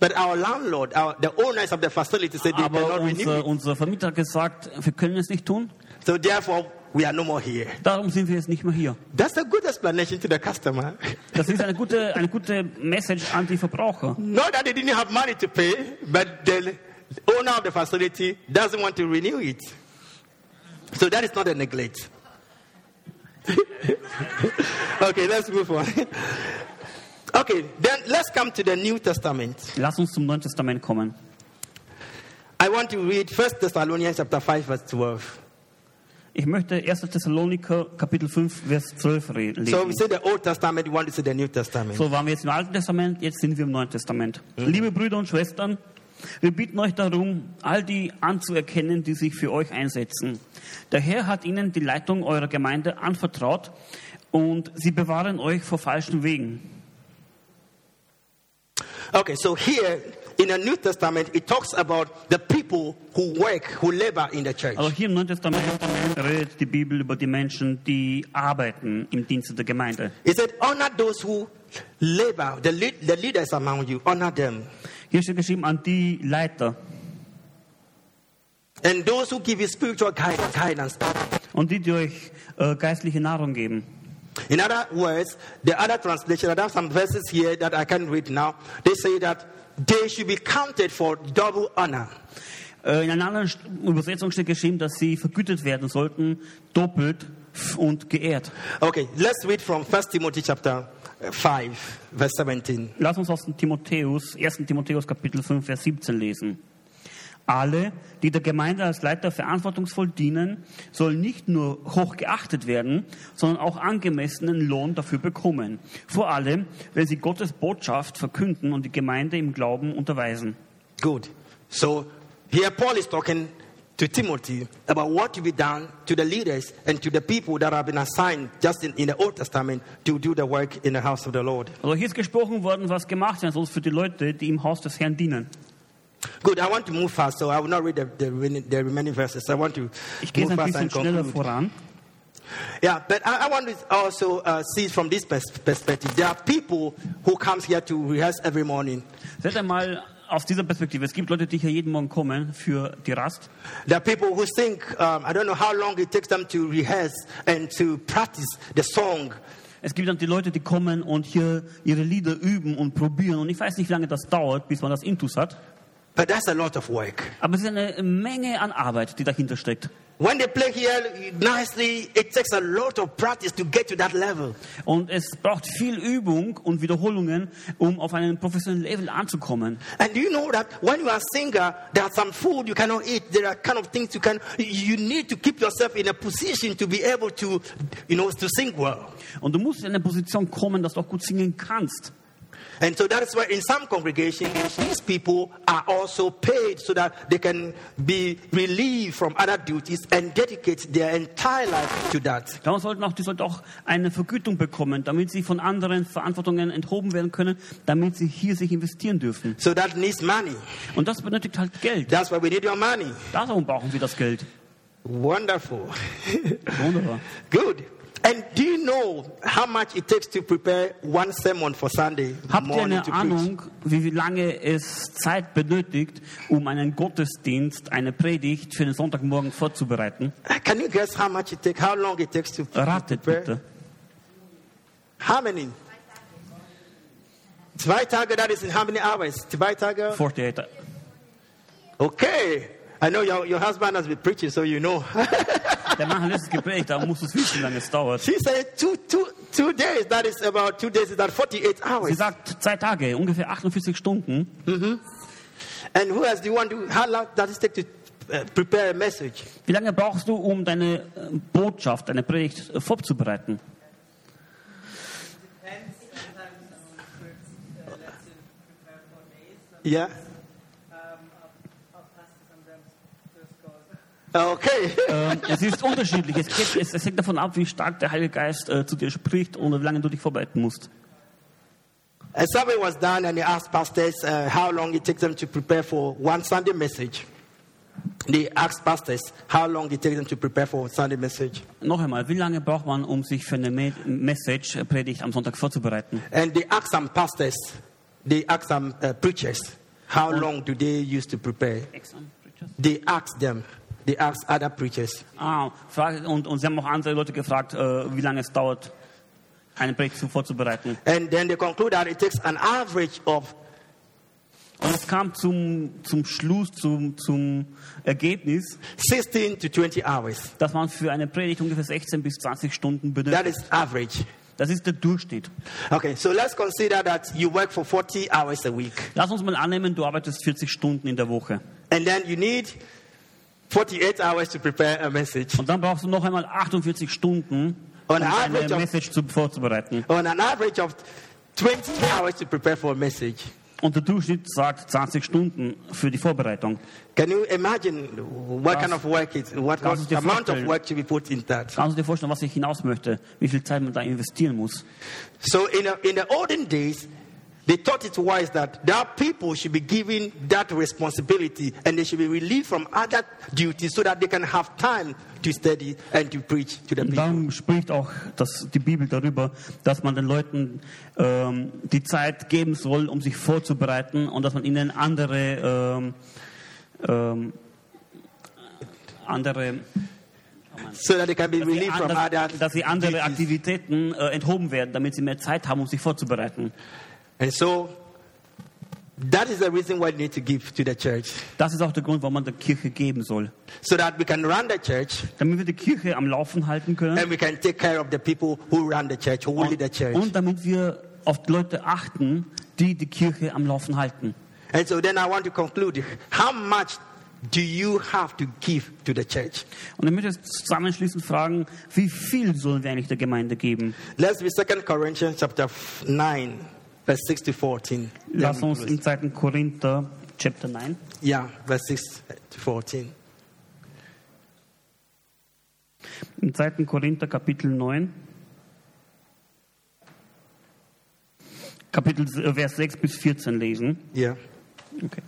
A: But our landlord, our, the owners of the facility said they
B: Aber
A: cannot renew
B: unser,
A: it.
B: unser Vermieter hat gesagt, wir können es nicht tun,
A: So therefore, we are no more here.
B: darum sind wir jetzt nicht mehr hier.
A: That's a good explanation to the customer.
B: Das ist eine gute, eine gute Message an die Verbraucher.
A: Not that they didn't have money to pay, but the owner of the facility doesn't want to renew it. So that is not a neglect. okay, let's move on. okay, then let's come to the New Testament.
B: Lass uns zum Neuen Testament kommen.
A: I want to read 1 Thessalonians chapter 5 verse 12.
B: Ich möchte 1. Thessaloniker Kapitel 5, Vers 12 re-
A: So we
B: lesen.
A: say the Old Testament, we want to say the New Testament.
B: So waren wir jetzt im Alten Testament, jetzt sind wir im Neuen Testament.
A: Mhm.
B: Liebe Brüder und Schwestern, wir bitten euch darum, all die anzuerkennen, die sich für euch einsetzen. Der Herr hat ihnen die Leitung eurer Gemeinde anvertraut und sie bewahren euch vor falschen Wegen.
A: Okay, so here in the New Testament, it talks about the people who work, who labor in the church.
B: Also hier im Neuen Testament redet die Bibel über die Menschen, die arbeiten im Dienste der Gemeinde.
A: He said, Honor those who labor, the, lead, the leaders among you, honor them.
B: Hier steht geschrieben an die Leiter
A: And those who give you spiritual guidance, guidance.
B: und die, die euch äh, geistliche Nahrung geben.
A: In other words, the other translation, I have some verses here that I can't read now. They say that they should be counted for double honor.
B: Äh, in einer anderen St- Übersetzung steht geschrieben, dass sie vergütet werden sollten, doppelt f- und geehrt.
A: Okay, let's read from 1 Timothy chapter 5, verse 17.
B: Lass uns aus dem Timotheus, 1. Timotheus Kapitel 5, Vers 17 lesen. Alle, die der Gemeinde als Leiter verantwortungsvoll dienen, sollen nicht nur hoch geachtet werden, sondern auch angemessenen Lohn dafür bekommen. Vor allem, wenn sie Gottes Botschaft verkünden und die Gemeinde im Glauben unterweisen.
A: Good. So here Paul is talking to Timothy about what to be done to the leaders and to the people that have been assigned just in, in the Old Testament to do the work in the house of the Lord.
B: Also hier ist gesprochen worden, was gemacht werden soll für die Leute, die im Haus des Herrn dienen.
A: Good. I want to move fast, so I will not read the, the, remaining- the remaining verses. I want to
B: Ich gehe
A: move
B: jetzt
A: fast
B: ein bisschen
A: and
B: schneller
A: conclude.
B: voran.
A: Yeah, but I, I want to also uh, see from this pers- perspective. There are people who comes here to rehearse every morning.
B: Seht einmal aus dieser Perspektive. Es gibt Leute, die hier jeden Morgen kommen für die Rast.
A: There are people who think, um, I don't know how long it takes them to rehearse and to practice the song
B: Es gibt dann die Leute, die kommen und hier ihre Lieder üben und probieren. Und ich weiß nicht, wie lange das dauert, bis man das Intus hat.
A: But that's a lot of work.
B: Aber es ist eine Menge an Arbeit, die dahinter steckt.
A: When they play here nicely, it takes a lot of practice to get to that level.
B: Und es braucht viel Übung und Wiederholungen, um auf einen professionellen Level anzukommen.
A: And do you know that when you are a singer, there are some food you cannot eat. There are kind of things you can. You need to keep yourself in a position to be able to, you know, to sing well.
B: Und du musst in eine Position kommen, dass du auch gut singen kannst.
A: And so that is why in some congregations, these people are also paid so that they can be relieved from other duties and dedicate their entire life to that.
B: Darum sollten auch, die sollten auch eine Vergütung bekommen, damit sie von anderen Verantwortungen enthoben werden können, damit sie hier sich investieren dürfen.
A: So that needs money.
B: Und das benötigt halt Geld.
A: That's why we need your money.
B: Darum brauchen wir das Geld.
A: Wonderful.
B: Wunderbar.
A: Good. And do you know how much it takes to prepare one sermon for Sunday
B: Habt ihr
A: morning
B: eine
A: to preach?
B: Ahnung, wie wie lange es Zeit benötigt, um einen Gottesdienst, eine Predigt für den Sonntagmorgen vorzubereiten?
A: Uh, Can you guess how much it takes? How long it takes to
B: Ratet
A: prepare?
B: bitte.
A: How many? Zwei Tage. That is in how many hours? Zwei Tage.
B: 48.
A: Okay. I know your, your husband has been preaching, so you know.
B: Der Mann hat letztes Gespräch, da muss es wissen, wie lange es dauert.
A: she said two, two, two days. That is about two days. Is that 48
B: Sie
A: hours?
B: sagt zwei Tage, ungefähr 48 Stunden.
A: And who else do you want to? How long does it take to uh, prepare a message?
B: Wie lange brauchst du, um deine äh, Botschaft, deine Predigt äh, vorzubereiten?
C: And sometimes experts, uh, let's say, prepare for days, some,
A: Yeah.
C: um, our, our pastor sometimes just goes.
A: Okay.
B: Ähm, es ist unterschiedlich. Es, geht, es, es hängt davon ab, wie stark der Heilige Geist äh, zu dir spricht und wie lange du dich vorbereiten musst.
A: A survey was done and they asked pastors uh, how long it takes them to prepare for one Sunday message. They asked pastors how long it takes them to prepare for Sunday message.
B: Noch einmal, wie lange braucht man, um sich für eine Me Message, äh, Predigt am Sonntag vorzubereiten?
A: And they asked some pastors They ask some uh, preachers, how long do they use to prepare? They ask them. They ask other preachers.
B: Ah, Frage, und, und sie haben auch andere Leute gefragt, äh, wie lange es dauert, eine Predigt zu- vorzubereiten.
A: And then they conclude that it takes an average of
B: Und es kam zum, zum Schluss, zum, zum Ergebnis,
A: 16 to 20 hours.
B: dass man für eine Predigt ungefähr 16 bis 20 Stunden
A: That
B: benötigt.
A: is average.
B: Das ist der Durchschnitt.
A: Okay, so let's consider that you work for 40 hours a week.
B: Lass uns mal annehmen, du arbeitest 40 Stunden in der Woche.
A: And then you need 48 hours to prepare a message.
B: Und dann brauchst du noch einmal 48 Stunden, um
A: Und
B: eine
A: Arbeit auf-
B: Message zu, vorzubereiten.
A: On an average of 20 hours to prepare for a message.
B: Und der Durchschnitt sagt 20 Stunden für die Vorbereitung.
A: Can you imagine what kind of work is, what,
B: Lass uns
A: what
B: dir
A: amount of
B: vorstellen.
A: work to be put in that?
B: Kannst du dir vorstellen, was ich hinaus möchte? Wie viel Zeit man da investieren muss?
A: So in, a, in the olden days, they thought it wise that their people should be given that responsibility and they should be relieved from other duties so that they can have time to study and to preach to the
B: Und
A: people.
B: darum spricht auch das, die Bibel darüber, dass man den Leuten ähm, die Zeit geben soll, um sich vorzubereiten und dass man ihnen andere, ähm, ähm, andere,
A: So that they can be
B: dass, sie
A: relieved from
B: an,
A: other
B: dass, dass sie andere
A: duties.
B: Aktivitäten äh, enthoben werden, damit sie mehr Zeit haben, um sich vorzubereiten.
A: And so that is the reason why you need to give to the church.
B: Das ist auch der Grund, warum man der Kirche geben soll.
A: So that we can run the church
B: Damit wir die Kirche am Laufen halten können
A: and we can take care of the people who run the church, who lead the church.
B: und damit wir auf die Leute achten, die die Kirche am Laufen halten.
A: And so then I want to conclude. How much do you have to give to the church?
B: Und ich möchte jetzt zusammenschließend fragen, wie viel sollen wir eigentlich der Gemeinde geben?
A: Let's be 2 Corinthians chapter f- 9, verse 6 to 14.
B: Lass
A: Then we
B: uns
A: close.
B: in 2. Korinther, Chapter 9,
A: Yeah, verse 6 to 14.
B: in 2. Korinther, Kapitel 9, Kapitel, äh, Vers 6 bis 14 lesen.
A: Yeah.
B: Okay.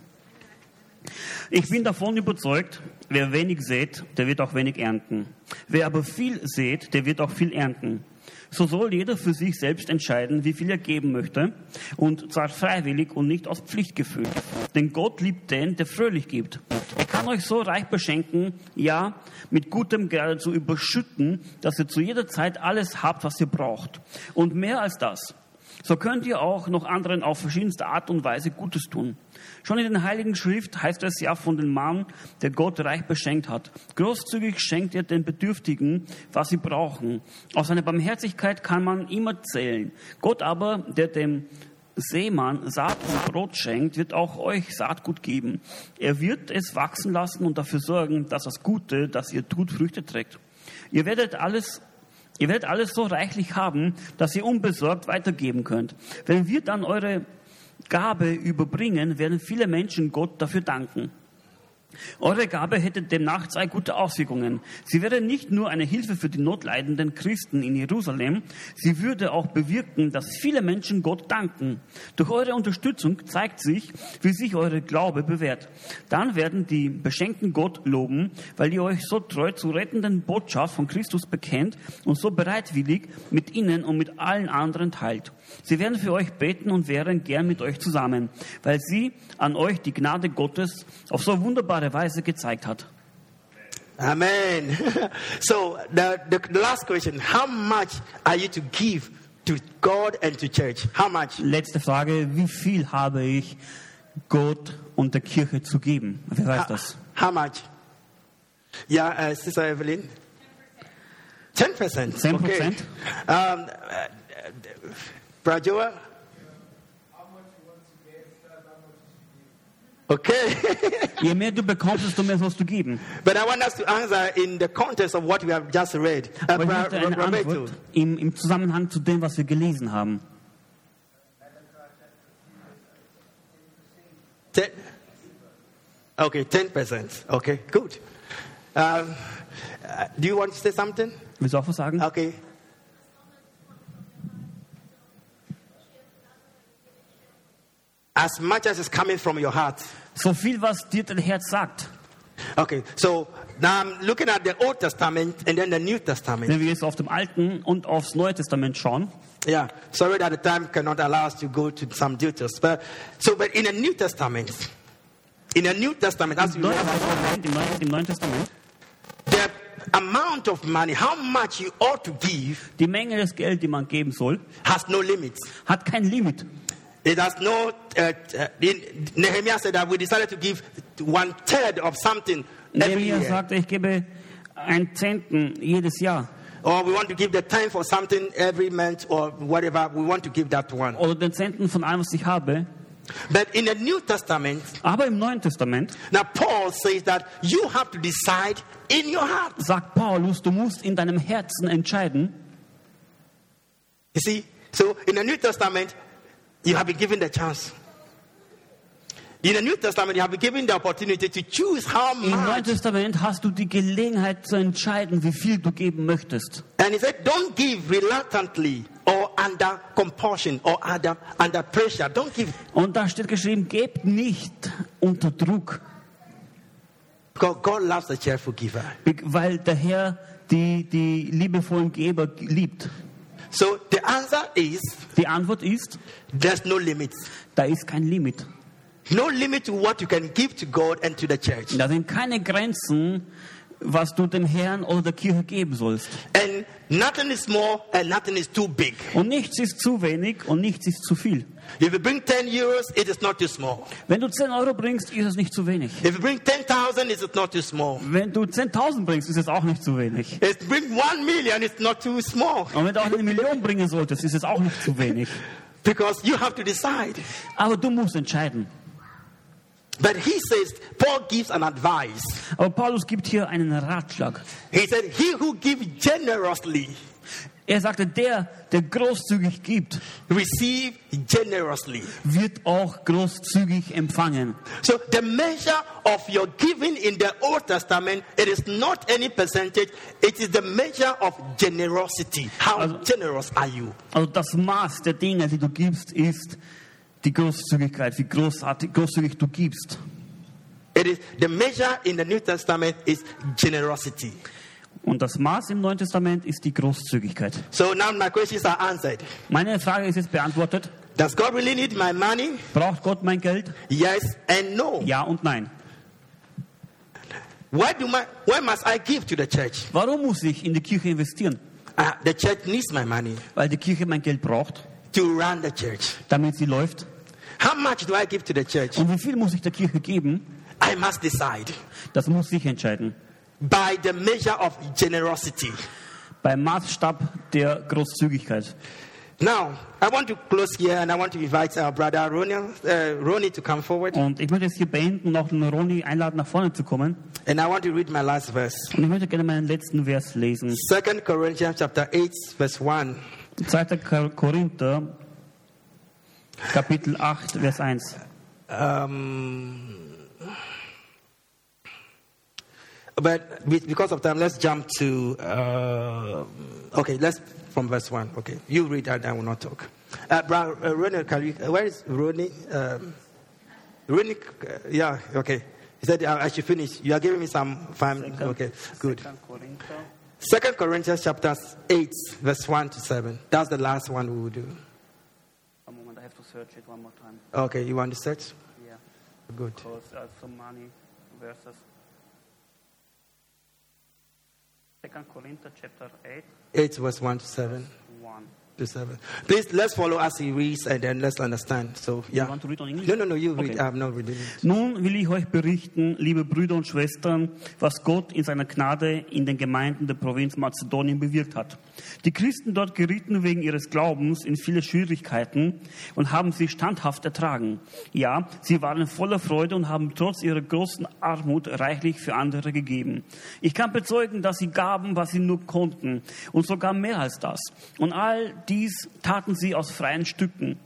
B: Ich bin davon überzeugt, wer wenig sät, der wird auch wenig ernten. Wer aber viel sät, der wird auch viel ernten. So soll jeder für sich selbst entscheiden, wie viel er geben möchte, und zwar freiwillig und nicht aus Pflichtgefühl. Denn Gott liebt den, der fröhlich gibt. Er kann euch so reich beschenken, ja, mit gutem geradezu überschütten, dass ihr zu jeder Zeit alles habt, was ihr braucht. Und mehr als das. So könnt ihr auch noch anderen auf verschiedenste Art und Weise Gutes tun. Schon in den Heiligen Schrift heißt es ja von dem Mann, der Gott reich beschenkt hat. Großzügig schenkt er den Bedürftigen, was sie brauchen. Auf seine Barmherzigkeit kann man immer zählen. Gott aber, der dem Seemann Saat und Brot schenkt, wird auch euch Saatgut geben. Er wird es wachsen lassen und dafür sorgen, dass das Gute, das ihr tut, Früchte trägt. Ihr werdet alles Ihr werdet alles so reichlich haben, dass ihr unbesorgt weitergeben könnt. Wenn wir dann eure Gabe überbringen, werden viele Menschen Gott dafür danken. Eure Gabe hätte demnach zwei gute Auswirkungen. Sie wäre nicht nur eine Hilfe für die notleidenden Christen in Jerusalem, sie würde auch bewirken, dass viele Menschen Gott danken. Durch eure Unterstützung zeigt sich, wie sich eure Glaube bewährt. Dann werden die Beschenkten Gott loben, weil ihr euch so treu zur rettenden Botschaft von Christus bekennt und so bereitwillig mit ihnen und mit allen anderen teilt. Sie werden für euch beten und wären gern mit euch zusammen, weil sie an euch die Gnade Gottes auf so wunderbare Weise gezeigt hat.
A: Amen. so the, the, the last question How much are you to give to God and to church? How much?
B: Letzte Frage, wie viel habe ich Gott und der Kirche zu geben? Wer weiß
A: How,
B: das?
A: how much? Yeah, uh, Sister Evelyn? 10%.
B: 10%.
A: Okay. Um, uh, Brajua? Okay,
B: Je mehr du bekommst, desto mehr sollst du geben.
A: but I want us to answer in the context of what we have just read. Uh,
B: Aber ich möchte
A: Bra-
B: eine
A: Roberto,
B: Antwort im, im Zusammenhang zu dem, was wir gelesen haben.
A: ten, okay, ten percent. Okay, good. Um, uh, do you want to say something?
B: Willst du auch was sagen?
A: Okay. As much as is coming from your heart.
B: So viel, was dir dein Herz sagt.
A: Okay, so now I'm looking at the Old Testament and then the New Testament.
B: Wenn wir jetzt auf dem Alten und aufs Neue Testament schauen,
A: Yeah, sorry that the time cannot allow us to go to some details. But so, but in the New Testament, in the New Testament, as you
B: Im
A: know,
B: Neuen, Testament, im, Neuen, Im Neuen Testament,
A: the amount of money, how much you ought to give,
B: die Menge des Geld, die man geben soll,
A: has no limits.
B: hat kein Limit.
A: It has no. Uh, t- uh, in, Nehemiah said that we decided to give one third of something every
B: Nehemiah
A: year,
B: sagte, ich gebe ein Zehnten jedes Jahr
A: or we want to give the time for something every month, or whatever. We want to give that one.
B: oder den Zehnten von allem, was ich habe.
A: But in the New Testament,
B: Aber im Neuen Testament
A: now Paul says that you have to decide in your heart.
B: sagt Paulus, du musst in deinem Herzen entscheiden.
A: You see, so in the New Testament, you have been given the chance. In the New Testament, you have been given the opportunity to choose how
B: Im Neuen
A: much.
B: Testament hast du die Gelegenheit zu entscheiden, wie viel du geben möchtest.
A: And he said, don't give reluctantly or under compulsion or under, under pressure. Don't give.
B: Und da steht geschrieben, gebt nicht unter Druck,
A: God, God loves a cheerful giver.
B: be- weil der Herr die, die liebevollen Geber g- liebt.
A: So the answer is
B: Die Antwort ist,
A: there's no limits.
B: da ist kein Limit.
A: No limit to what you can give to God and to the church.
B: Da sind keine Grenzen, was du dem Herrn oder der Kirche geben sollst.
A: And nothing is small and nothing is too big.
B: Und nichts ist zu wenig und nichts ist zu viel.
A: If you bring 10 euros, it is not too small.
B: Wenn du 10 Euro bringst, ist es nicht zu wenig.
A: If you bring 10,000, it is not too small.
B: Wenn du 10.000 bringst, ist es auch nicht zu wenig.
A: It's bring one million, it's not too small.
B: Und wenn du auch eine Million bringen solltest, ist es auch nicht zu wenig.
A: Because you have to decide.
B: Aber du musst entscheiden.
A: But he says, Paul gives an advice.
B: Aber Paulus gibt hier einen Ratschlag.
A: He said, He who gives generously,
B: Er sagte, der, der großzügig gibt,
A: receive generously.
B: wird auch großzügig empfangen.
A: So the measure of your giving in the Old Testament, it is not any percentage, it is the measure of generosity. How
B: Also-
A: generous are you?
B: Also das Maß der Dinge, die du gibst, ist die Großzügigkeit, wie großartig, großzügig du gibst.
A: It is the measure in the New Testament is generosity.
B: Und das Maß im Neuen Testament ist die Großzügigkeit.
A: So now my questions are answered.
B: Meine Frage ist jetzt beantwortet.
A: Does God really need my money?
B: Braucht Gott mein Geld?
A: Yes and no.
B: Ja und nein.
A: Why do my, why must I give to the church?
B: Warum muss ich in die Kirche investieren?
A: Uh, the church needs my money
B: Weil die Kirche mein Geld braucht,
A: to run the church.
B: damit sie läuft.
A: How much do I give to the church?
B: Und wie viel muss ich der Kirche geben?
A: I must decide
B: Das muss ich entscheiden.
A: by the measure of generosity.
B: Beim Maßstab der Großzügigkeit.
A: Now, I want to close here and I want to invite our brother Ronnie, uh, Ronnie to come forward.
B: Und ich möchte jetzt hier beenden und auch den Roni einladen, nach vorne zu kommen.
A: And I want to read my last verse.
B: Und ich möchte gerne meinen letzten Vers lesen.
A: 2 Corinthians chapter 8, verse 1.
B: 2. Kor- Korinther, Kapitel 8, Vers 1.
A: Um, but with, because of time, let's jump to. Uh, okay, let's from verse one. Okay, you read that. I will not talk. Uh, bro, uh, Ronnie, can you, uh, where is Ronnie? Um, Ronnie, uh, yeah, okay. He said I, I should finish. You are giving me some time. Okay, good. Second Corinthians chapter eight, verse one to seven. That's the last one we will do.
B: Oh, Moment, I have to search it one more time.
A: Okay, you want to search?
B: Yeah.
A: Good.
B: Because uh, so many verses. Second Corinthians chapter 8,
A: Eight, verse one to seven.
B: 1.
A: to seven. Please, let's follow as he reads and then let's understand. So, yeah.
B: want to read on English?
A: No, no, no, you read.
B: Okay.
A: I'm not reading it.
B: Nun will ich euch berichten, liebe Brüder und Schwestern, was Gott in seiner Gnade in den Gemeinden der Provinz Mazedonien bewirkt hat. Die Christen dort gerieten wegen ihres Glaubens in viele Schwierigkeiten und haben sie standhaft ertragen. Ja, sie waren voller Freude und haben trotz ihrer großen Armut reichlich für andere gegeben. Ich kann bezeugen, dass sie gaben, was sie nur konnten und sogar mehr als das. Und all dies taten sie aus freien Stücken.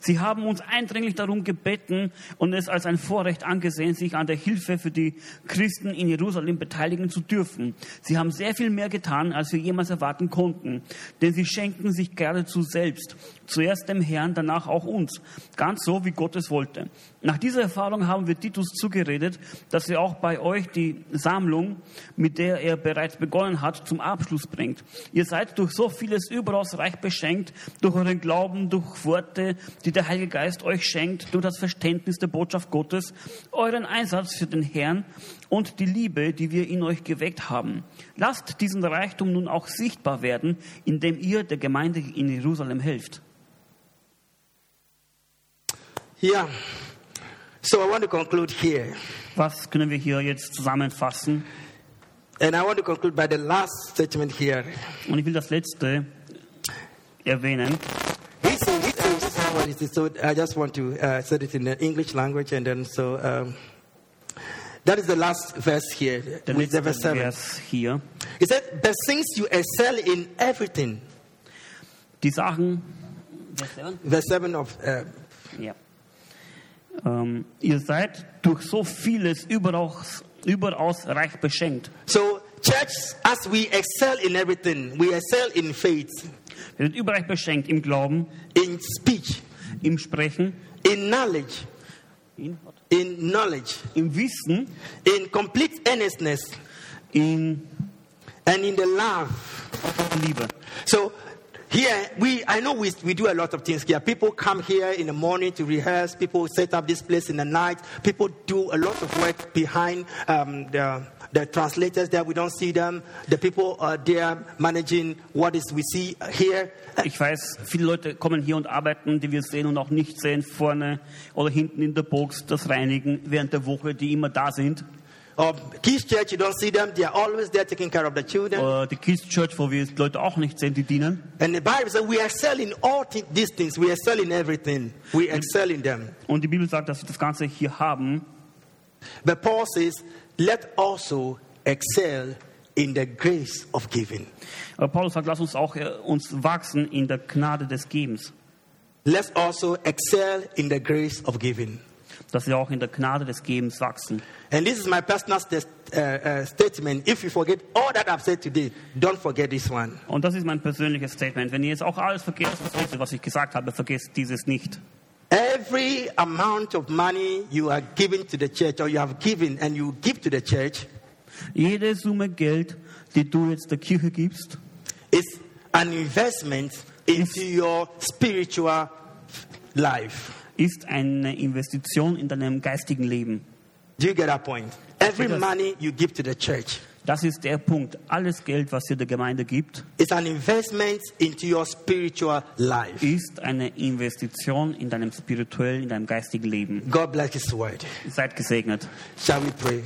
B: Sie haben uns eindringlich darum gebeten und es als ein Vorrecht angesehen, sich an der Hilfe für die Christen in Jerusalem beteiligen zu dürfen. Sie haben sehr viel mehr getan, als wir jemals erwarten konnten, denn sie schenkten sich geradezu selbst, zuerst dem Herrn, danach auch uns, ganz so, wie Gott es wollte. Nach dieser Erfahrung haben wir Titus zugeredet, dass er auch bei euch die Sammlung, mit der er bereits begonnen hat, zum Abschluss bringt. Ihr seid durch so vieles überaus reich beschenkt, durch euren Glauben, durch Worte, die der Heilige Geist euch schenkt, durch das Verständnis der Botschaft Gottes, euren Einsatz für den Herrn und die Liebe, die wir in euch geweckt haben. Lasst diesen Reichtum nun auch sichtbar werden, indem ihr der Gemeinde in Jerusalem helft.
A: Yeah. So I want to conclude here.
B: Was können wir hier jetzt zusammenfassen?
A: And I want to conclude by the last statement here.
B: Und ich will das letzte erwähnen.
A: He said, he said, what is it? So I just want to uh, say it in the English language, and then so um, that is the last verse here,
B: Der
A: with the
B: letzte
A: verse seven.
B: Vers hier.
A: He said, "But since you excel in everything,
B: Die Sachen,
A: verse seven of uh,
B: ja. ähm, ihr seid durch so vieles überaus, überaus reich beschenkt.
A: so church, as we excel in everything, we excel in faith,
B: Ihr seid überreich beschenkt im Glauben,
A: in speech,
B: im Sprechen,
A: in knowledge, in knowledge,
B: im Wissen,
A: in complete earnestness,
B: in
A: and in the love."
B: Liebe.
A: So here we I know we, we do a lot of things here. People come here in the morning to rehearse. People set up this place in the night. People do a lot of work behind um, the, the translators there. We don't see them. The people are there managing what is we see here.
B: Ich weiß, viele Leute kommen hier und arbeiten, die wir sehen und auch nicht sehen, vorne oder hinten in der Box, das Reinigen während der Woche, die immer da sind.
A: Or kids Um, church, you don't see them. They are always there taking care of the children.
B: Äh, Die Kids Church, wo wir Leute auch nicht sehen, die dienen.
A: And the Bible says we excel in all thi- these things. We excel in everything. We excel in them.
B: Und die Bibel sagt, dass wir das Ganze hier haben.
A: But Paul says, let also excel in the grace of giving.
B: Aber Paulus sagt, lass uns auch äh, uns wachsen in der Gnade des Gebens.
A: Let's also excel in the grace of giving.
B: Dass wir auch in der Gnade des Gebens wachsen.
A: And this is my personal st- uh, uh, statement. If you forget all that I've said today, don't forget this one.
B: Und das ist mein persönliches Statement. Wenn ihr jetzt auch alles vergesst, was heute- was ich gesagt habe, vergesst dieses nicht.
A: Every amount of money you are giving to the church, or you have given and you give to the church,
B: Jede Summe Geld, die du jetzt der Kirche gibst,
A: is an investment into your spiritual life.
B: ist eine Investition in deinem geistigen Leben.
A: Do you get that point? Every
B: Yes.
A: money you give to the church
B: Das ist der Punkt. Alles Geld, was ihr der Gemeinde gibt,
A: is an investment into your spiritual life.
B: ist eine Investition in deinem spirituellen, in deinem geistigen Leben.
A: God bless His word.
B: Seid gesegnet.
A: Shall we pray?